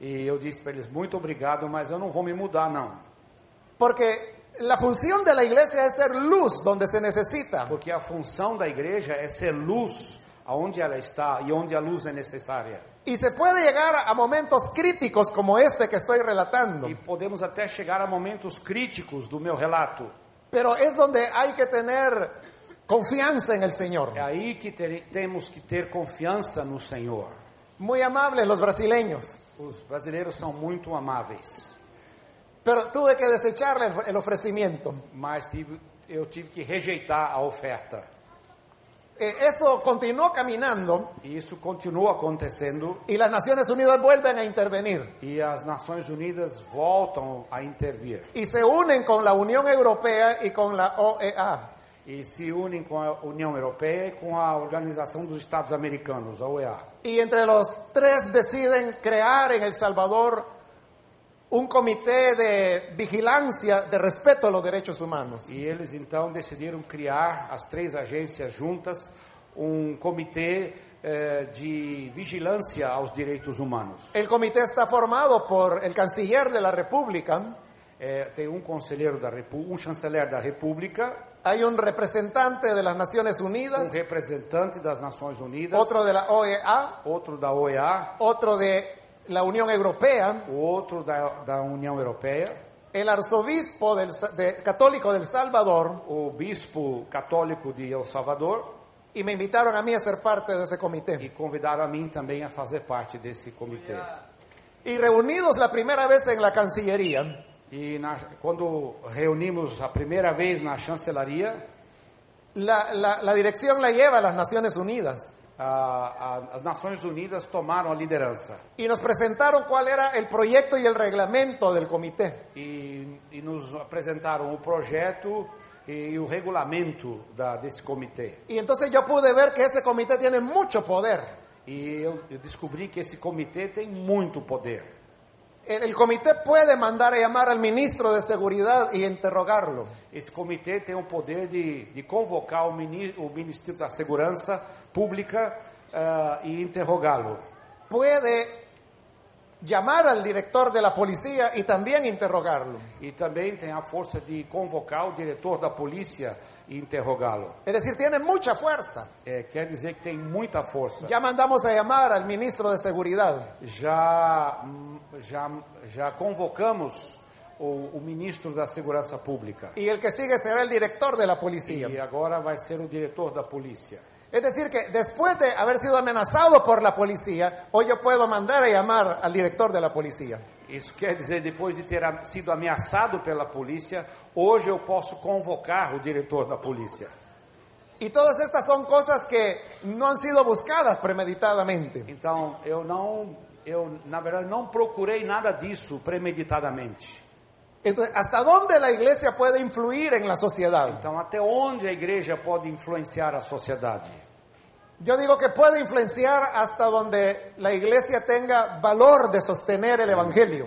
S3: E eu disse para eles, muito obrigado, mas eu não vou me mudar não.
S2: porque la función de la iglesia es ser luz donde se necesita.
S3: Porque a função da igreja é ser luz aonde ela está e onde a luz é necessária.
S2: Y se puede llegar a momentos críticos como este que estoy relatando,
S3: E podemos até chegar a momentos críticos do meu relato.
S2: pero es donde hay que tener confianza en el Señor.
S3: É aí que tere- temos que ter confiança no Senhor.
S2: Muy amables los brasileños,
S3: Os brasileiros são muito amáveis.
S2: pero tuve que desecharle el- el ofrecimiento.
S3: mas tive, eu tive que rejeitar a oferta.
S2: Eh, eso continuó caminando
S3: E isso continua acontecendo
S2: y las Naciones Unidas vuelven a intervenir
S3: e as Nações Unidas voltam a intervir
S2: y se unen con la Unión Europea y con la OEA.
S3: e se unem com a União Europeia e com a Organização dos Estados Americanos, a OEA.
S2: Y entre los tres deciden crear en El Salvador un comité de vigilancia de respeto a los derechos humanos.
S3: E eles então decidiram criar as três agências juntas um comitê eh, de vigilância aos direitos humanos.
S2: El comité está formado por el canciller de la República,
S3: Eh, tem um conselheiro da República, um chanceler da República,
S2: hay un representante de las Naciones
S3: um
S2: Unidas,
S3: representante das Nações Unidas,
S2: otro de la OEA,
S3: outro da OEA,
S2: otro de la Unión Europea,
S3: o outro da, da União Europeia,
S2: el arzobispo del Sa- de- católico del Salvador,
S3: o bispo católico de El Salvador,
S2: y me invitaron a mí a ser parte de ese
S3: e
S2: comité.
S3: convidaram a mim também a fazer parte desse comitê.
S2: Y reunidos la primera vez en la Cancillería,
S3: E na, quando reunimos a primeira vez na chancelaria,
S2: la, la- la dirección la lleva a las Naciones Unidas.
S3: a, a, as Nações Unidas tomaram a liderança
S2: Y nos presentaron cuál era el proyecto y el reglamento del comité.
S3: e, e nos apresentaram o projeto e o regulamento da, desse comitê.
S2: Y entonces yo pude ver que ese comité tiene mucho poder.
S3: E eu, eu descobri que esse comitê tem muito poder.
S2: El, el comité puede mandar a llamar al ministro de Seguridad y interrogarlo.
S3: Esse comitê tem o poder de, de convocar o, mini, o Ministério da eh, Segurança Pública ah, e interrogá-lo.
S2: Puede llamar al director de la policía y también interrogarlo.
S3: E também tem a força de convocar o diretor da polícia e interrogá-lo.
S2: Es decir, tiene mucha fuerza.
S3: É, quer dizer que tem muita força.
S2: Ya mandamos a llamar al ministro de Seguridad.
S3: Já, já, já convocamos o, o ministro da Segurança Pública.
S2: Y el que sigue será el director de la
S3: E
S2: policía.
S3: agora vai ser o diretor da polícia.
S2: Es decir, que después de haber sido amenazado por la policía, hoy yo puedo mandar a llamar al director de la policía.
S3: Isso quer dizer, depois de ter a- sido ameaçado pela polícia, hoje eu posso convocar o diretor da polícia.
S2: Y todas estas son cosas que no han sido buscadas premeditadamente.
S3: Então, eu não, eu na verdade não procurei nada disso premeditadamente.
S2: Entonces, ¿hasta dónde la iglesia puede influir en la sociedad?
S3: Então, até onde a igreja pode influenciar a sociedade?
S2: Yo digo que puede influenciar hasta donde la iglesia tenga valor de sostener el Evangelio.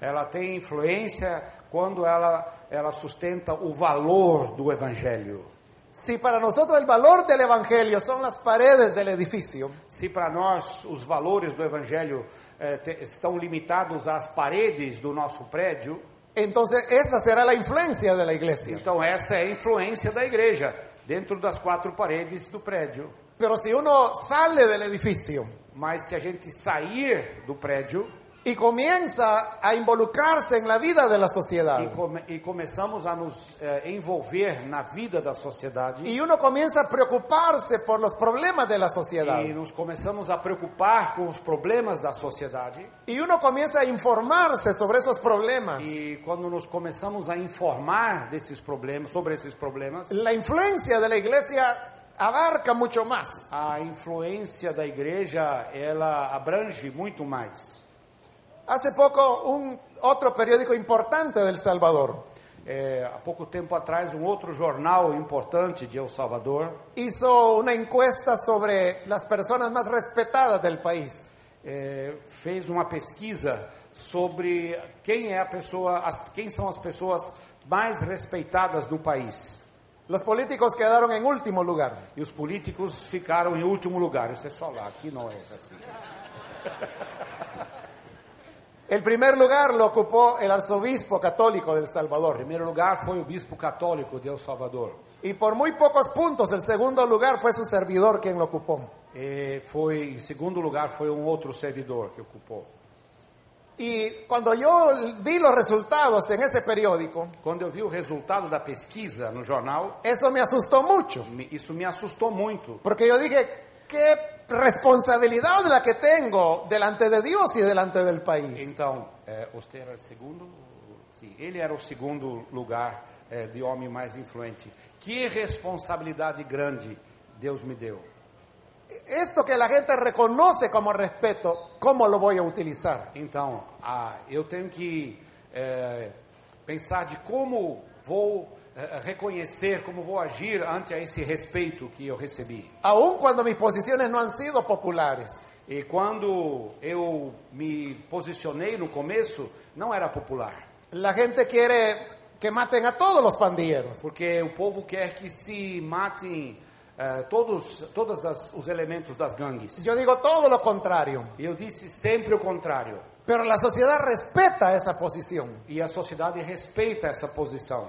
S3: Ela tem influência quando ela, ela sustenta o valor do evangelho.
S2: Si para nosotros el valor del Evangelio son las paredes del edificio,
S3: Se para nós os valores do evangelho eh, te- estão limitados às paredes do nosso prédio,
S2: entonces esa será la influencia de la iglesia.
S3: então essa é a influência da igreja dentro das quatro paredes do prédio.
S2: Pero si uno sale del edificio
S3: Mas se a gente sair do prédio
S2: y comienza a involucrarse en la vida de la
S3: e,
S2: sociedad,
S3: come- e começamos a nos eh, envolver na vida da sociedade
S2: y uno comienza a preocuparse por los problemas de la sociedad,
S3: e nos começamos a preocupar com os problemas da sociedade,
S2: y uno comienza a informarse sobre esos problemas,
S3: E quando nos começamos a informar desses problemas, sobre esses problemas,
S2: la influencia de la iglesia abarca mucho más.
S3: a influência da igreja, ela abrange muito mais.
S2: Hace poco un otro periódico importante del Salvador
S3: É, há pouco tempo atrás, um outro jornal importante de El Salvador
S2: hizo una encuesta sobre las personas más respetadas del país.
S3: é, fez uma pesquisa sobre quem é a pessoa, as, quem são as pessoas mais respeitadas do país.
S2: Los políticos quedaron en último lugar.
S3: E os políticos ficaram em último lugar. Isso é só lá, aqui não é assim.
S2: El primer lugar lo ocupó el arzobispo católico del
S3: Em
S2: Salvador.
S3: primeiro lugar foi o bispo católico de El Salvador.
S2: Y por muy pocos puntos el segundo lugar fue su servidor quien lo ocupó.
S3: E foi em segundo lugar foi um outro servidor que ocupou.
S2: Y cuando yo vi los resultados en ese periódico,
S3: Quando eu vi o resultado da pesquisa no jornal,
S2: eso me asustó mucho,
S3: me- isso me assustou muito,
S2: porque yo dije, qué responsabilidad la que tengo delante de Dios y delante del país.
S3: Então, é, Oster era o segundo, sim, ele era o segundo lugar é, de homem mais influente. Que responsabilidade grande Deus me deu.
S2: Esto que la gente reconoce como respeto, ¿cómo lo voy a utilizar?
S3: Então, a, eu tenho que é, pensar de como vou é, reconhecer, como vou agir ante a esse respeito que eu recebi.
S2: Aun cuando mis posiciones no han sido populares.
S3: E quando eu me posicionei no começo, não era popular,
S2: La gente quiere que maten a todos los pandilleros.
S3: porque o povo quer que se matem eh, todos, todos as- os elementos das gangues.
S2: Yo digo todo lo contrario,
S3: E eu disse sempre o contrário,
S2: pero la sociedad respeta esa posición.
S3: e a sociedade respeita essa posição.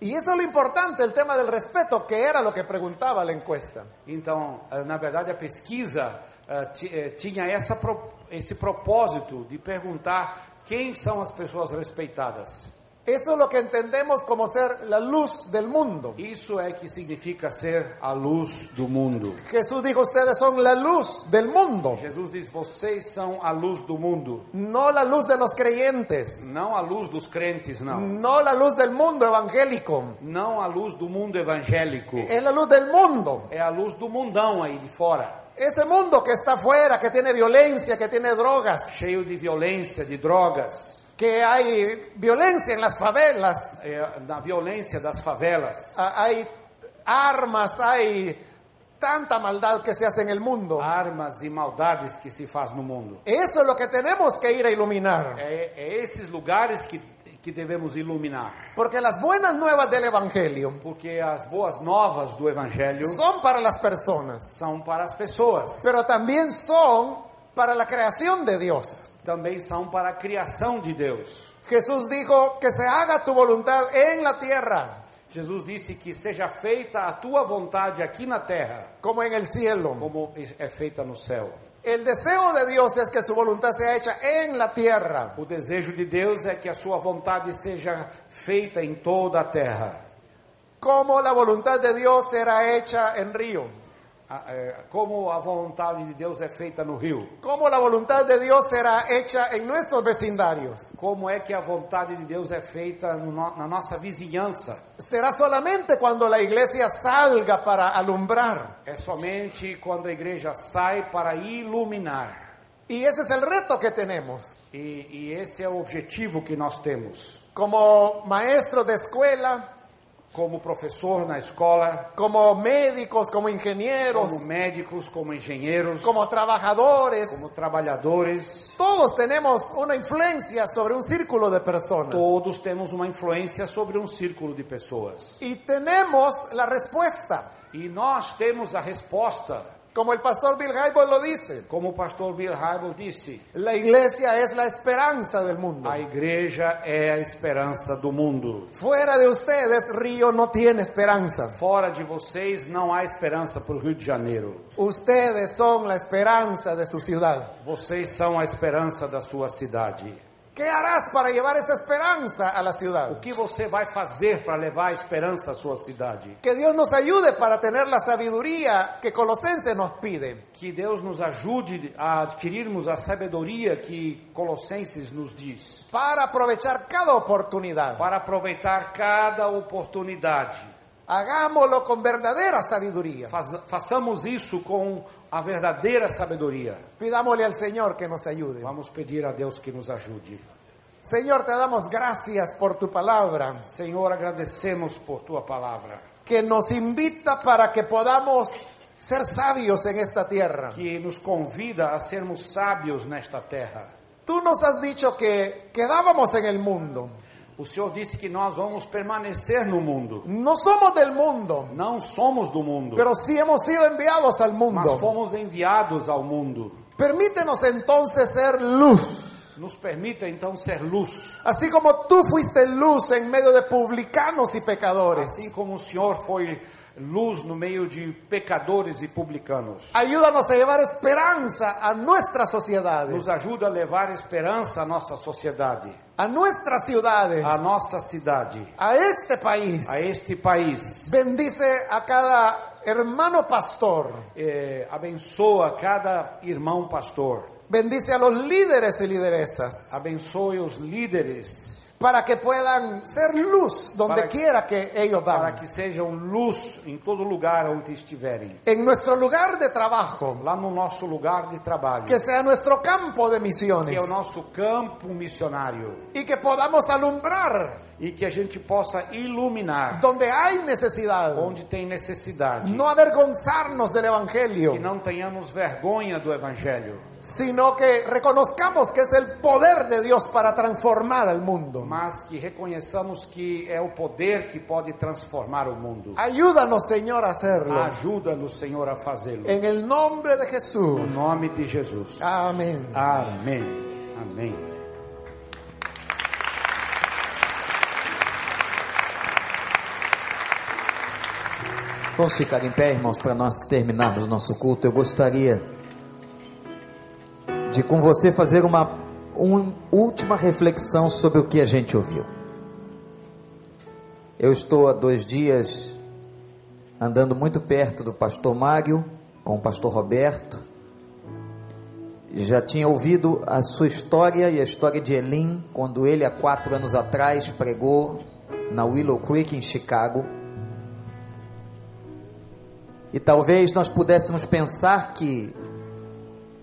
S2: Y eso es lo importante, el tema del respeto, que era lo que preguntaba la encuesta.
S3: Então, eh, na verdade, a pesquisa eh, ti- eh, tinha essa pro- esse propósito de perguntar quem são as pessoas respeitadas.
S2: Eso es lo que entendemos como ser la luz del mundo.
S3: Isso é que significa ser a luz do mundo.
S2: Jesús dijo, ustedes son la luz del mundo,
S3: Jesus diz: Vocês são a luz do mundo,
S2: no la luz de los creyentes,
S3: não a luz dos crentes, não.
S2: no la luz del mundo evangélico,
S3: Não a luz do mundo evangélico.
S2: es la luz del mundo.
S3: É a luz do mundão aí de fora,
S2: Ese mundo que está afuera, que tiene violencia, que tiene drogas,
S3: cheio de violência, de drogas,
S2: que hay violencia en las favelas,
S3: é, na violência das favelas.
S2: a- hay armas, hay tanta maldad que se hace en el mundo.
S3: Armas e maldades que se faz no mundo.
S2: Eso es lo que tenemos que ir a iluminar.
S3: É, é esses lugares que, que devemos iluminar.
S2: Porque las buenas nuevas del Evangelio
S3: Porque as boas novas do Evangelho
S2: son para las personas,
S3: são para as pessoas,
S2: pero también son para la creación de Dios.
S3: também são para a criação de Deus.
S2: Jesús dijo que se haga tu voluntad en la tierra
S3: Jesus disse que seja feita a tua vontade aqui na terra,
S2: como en el cielo.
S3: como é feita no céu.
S2: El deseo de Dios es que su voluntad sea hecha en la tierra.
S3: O desejo de Deus é que a sua vontade seja feita em toda a terra.
S2: Como la voluntad de Dios será hecha en Río.
S3: A- é, Como a vontade de Deus é feita no rio.
S2: Como la voluntad de Dios será hecha en nuestros vecindarios.
S3: Como é que a vontade de Deus é feita no no- na nossa vizinhança?
S2: Será solamente cuando la iglesia salga para alumbrar.
S3: É somente quando a igreja sai para iluminar.
S2: Y ese es el reto que tenemos.
S3: E, e esse é o objetivo que nós temos.
S2: Como maestros de escuela,
S3: Como professor na escola,
S2: como médicos, como ingenieros,
S3: como médicos, como engenheiros,
S2: como trabajadores,
S3: como trabalhadores,
S2: todos tenemos una influencia sobre un círculo de personas.
S3: todos temos uma influência sobre um círculo de pessoas.
S2: Y tenemos la respuesta.
S3: E nós temos a resposta.
S2: Como el pastor Bill Hybels lo dice,
S3: Como o pastor Bill Hybels disse,
S2: la iglesia es la esperanza del mundo.
S3: a igreja é a esperança do mundo.
S2: Fuera de ustedes, Río no tiene esperanza.
S3: Fora de vocês não há esperança para o Rio de Janeiro.
S2: Ustedes son la esperanza de su ciudad.
S3: Vocês são a esperança da sua cidade.
S2: ¿Qué harás para llevar esa esperanza a la
S3: O
S2: ciudad?
S3: que você vai fazer para levar a esperança à sua cidade?
S2: Que Dios nos ayude para tener la sabiduría que Colosense nos pide.
S3: Que Deus nos ajude a adquirirmos a sabedoria que Colossenses nos diz.
S2: para aprovechar cada oportunidad.
S3: para aproveitar cada oportunidade.
S2: Hagámoslo con verdadera sabiduría.
S3: Faz- façamos isso com a verdadeira sabedoria.
S2: Pidámosle al Señor que nos ayude.
S3: Vamos pedir a Deus que nos ajude.
S2: Señor, te damos gracias por tu palabra,
S3: Senhor, agradecemos por tua palavra,
S2: que nos invita para que podamos ser sabios en esta tierra.
S3: que nos convida a sermos sábios nesta terra.
S2: Tú nos has dicho que quedábamos en el mundo.
S3: O Senhor disse que nós vamos permanecer no mundo.
S2: No somos del mundo,
S3: Não somos do mundo,
S2: pero sí hemos sido enviados al
S3: mas
S2: mundo.
S3: fomos enviados ao mundo.
S2: Permítenos entonces ser luz.
S3: Nos permita então ser luz.
S2: Así como tú fuiste luz en medio de publicanos y pecadores.
S3: Assim como o Senhor foi luz no meio de pecadores e publicanos.
S2: Ayúdanos a llevar esperanza a nuestras sociedades,
S3: nos ajuda a levar esperança à nossa sociedade,
S2: a nuestras ciudades,
S3: à nossa cidade,
S2: a este país.
S3: a este país.
S2: Bendice a cada hermano pastor,
S3: Eh, abençoa cada irmão pastor,
S2: bendice a los líderes y lideresas,
S3: abençoe os líderes
S2: para que puedan ser luz donde
S3: Para-
S2: quiera que ellos
S3: para
S2: van.
S3: que sejam luz em todo lugar onde estiverem.
S2: En nuestro lugar de trabajo,
S3: Lá no nosso lugar de trabalho,
S2: que sea nuestro campo de
S3: que é
S2: misiones
S3: o nosso campo missionário,
S2: y que podamos alumbrar
S3: e que a gente possa iluminar
S2: donde hay necesidad,
S3: onde tem necessidade.
S2: no avergonzarnos del
S3: Que
S2: Evangelio.
S3: não tenhamos vergonha do Evangelho,
S2: sino que reconozcamos que es el poder de Dios para transformar al mundo.
S3: mas que reconheçamos que é o poder que pode transformar o mundo.
S2: Ayúdanos, Señor, a hacerlo.
S3: Ajuda-nos, Senhor, a fazê-lo.
S2: En el nombre de Jesús.
S3: Em nome de Jesus.
S2: Amén.
S3: Amém. Amém.
S1: Vamos ficar em pé, irmãos, para nós terminarmos o nosso culto. Eu gostaria de com você fazer uma um- última reflexão sobre o que a gente ouviu. Eu estou há dois dias andando muito perto do pastor Mário, com o pastor Roberto. Já tinha ouvido a sua história e a história de Elim, quando ele, há quatro anos atrás, pregou na Willow Creek, em Chicago. E talvez nós pudéssemos pensar que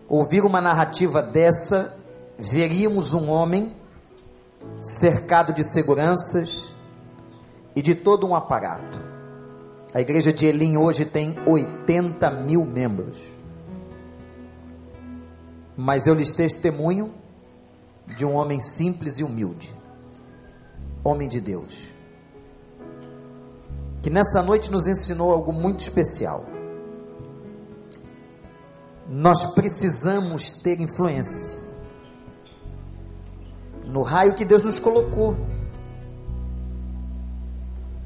S1: ouvir uma narrativa dessa, veríamos um homem cercado de seguranças e de todo um aparato. A igreja de Elim hoje tem 80 mil membros. Mas eu lhes testemunho de um homem simples e humilde, homem de Deus que nessa noite nos ensinou algo muito especial. Nós precisamos ter influência no raio que Deus nos colocou.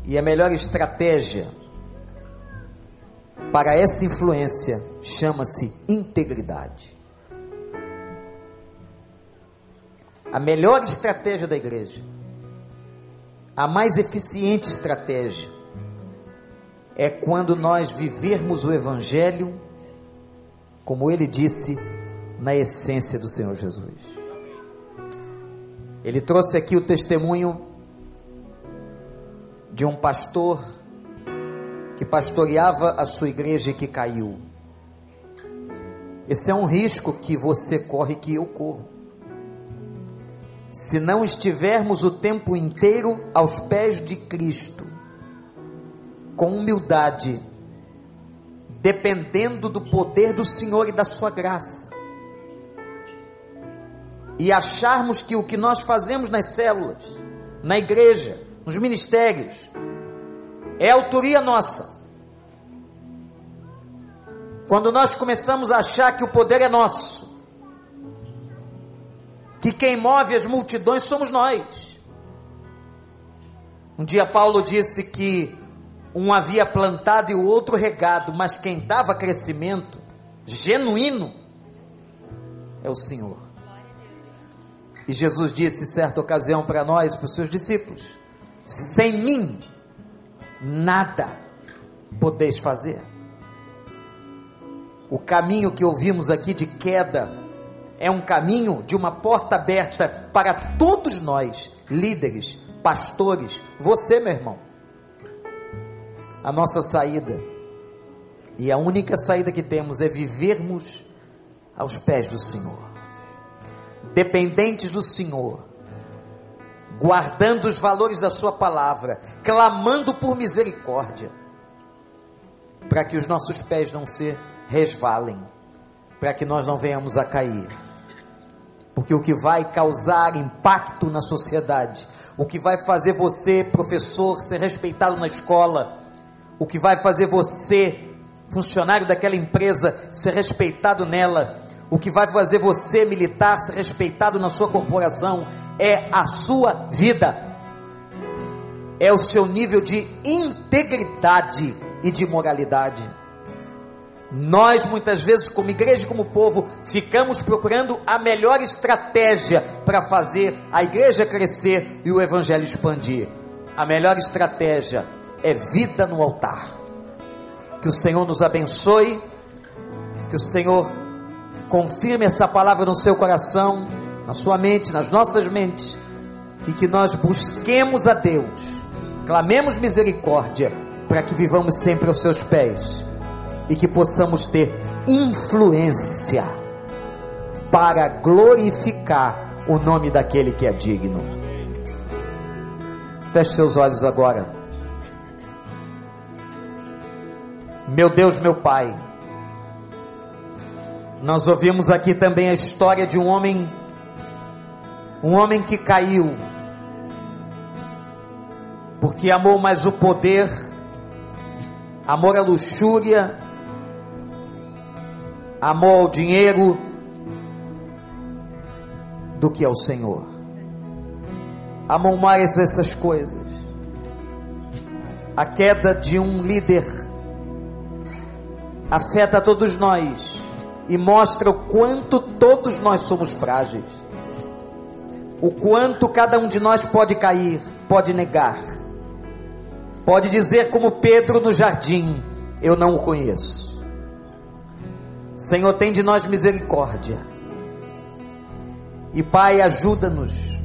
S1: E a melhor estratégia para essa influência chama-se integridade. A melhor estratégia da igreja, a mais eficiente estratégia, é quando nós vivermos o Evangelho, como ele disse, na essência do Senhor Jesus. Ele trouxe aqui o testemunho de um pastor que pastoreava a sua igreja e que caiu. Esse é um risco que você corre que eu corro. Se não estivermos o tempo inteiro aos pés de Cristo, com humildade, dependendo do poder do Senhor e da Sua graça. E acharmos que o que nós fazemos nas células, na igreja, nos ministérios, é autoria nossa. Quando nós começamos a achar que o poder é nosso, que quem move as multidões somos nós. Um dia Paulo disse que um havia plantado e o outro regado, mas quem dava crescimento genuíno é o Senhor. E Jesus disse em certa ocasião para nós, para os seus discípulos: Sem mim nada podeis fazer. O caminho que ouvimos aqui de queda é um caminho de uma porta aberta para todos nós, líderes, pastores, você, meu irmão a nossa saída. E a única saída que temos é vivermos aos pés do Senhor, dependentes do Senhor, guardando os valores da Sua palavra, clamando por misericórdia, para que os nossos pés não se resvalem, para que nós não venhamos a cair. Porque o que vai causar impacto na sociedade, o que vai fazer você, professor, ser respeitado na escola, o que vai fazer você, funcionário daquela empresa, ser respeitado nela, o que vai fazer você, militar, ser respeitado na sua corporação, é a sua vida, é o seu nível de integridade e de moralidade. Nós, muitas vezes, como igreja e como povo, ficamos procurando a melhor estratégia para fazer a igreja crescer e o evangelho expandir. A melhor estratégia é vida no altar. Que o Senhor nos abençoe, que o Senhor confirme essa palavra no seu coração, na sua mente, nas nossas mentes, e que nós busquemos a Deus, clamemos misericórdia, para que vivamos sempre aos seus pés e que possamos ter influência para glorificar o nome daquele que é digno. Feche seus olhos agora. Meu Deus, meu Pai. Nós ouvimos aqui também a história de um homem, um homem que caiu, porque amou mais o poder, amor à luxúria, amor ao dinheiro, do que ao Senhor. Amou mais essas coisas. A queda de um líder afeta todos nós e mostra o quanto todos nós somos frágeis, o quanto cada um de nós pode cair, pode negar, pode dizer, como Pedro no jardim: Eu não o conheço. Senhor, tem de nós misericórdia. E Pai, ajuda-nos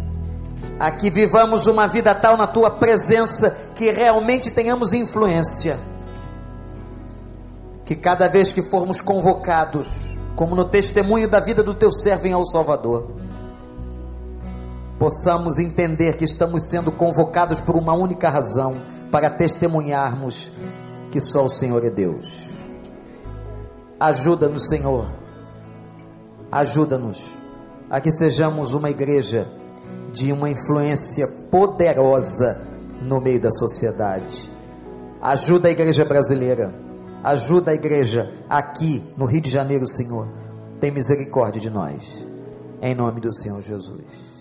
S1: a que vivamos uma vida tal na tua presença que realmente tenhamos influência que cada vez que formos convocados, como no testemunho da vida do teu servo em El Salvador, possamos entender que estamos sendo convocados por uma única razão, para testemunharmos que só o Senhor é Deus. Ajuda-nos, Senhor. Ajuda-nos a que sejamos uma igreja de uma influência poderosa no meio da sociedade. Ajuda a igreja brasileira. Ajuda a igreja aqui no Rio de Janeiro, Senhor. Tem misericórdia de nós. Em nome do Senhor Jesus.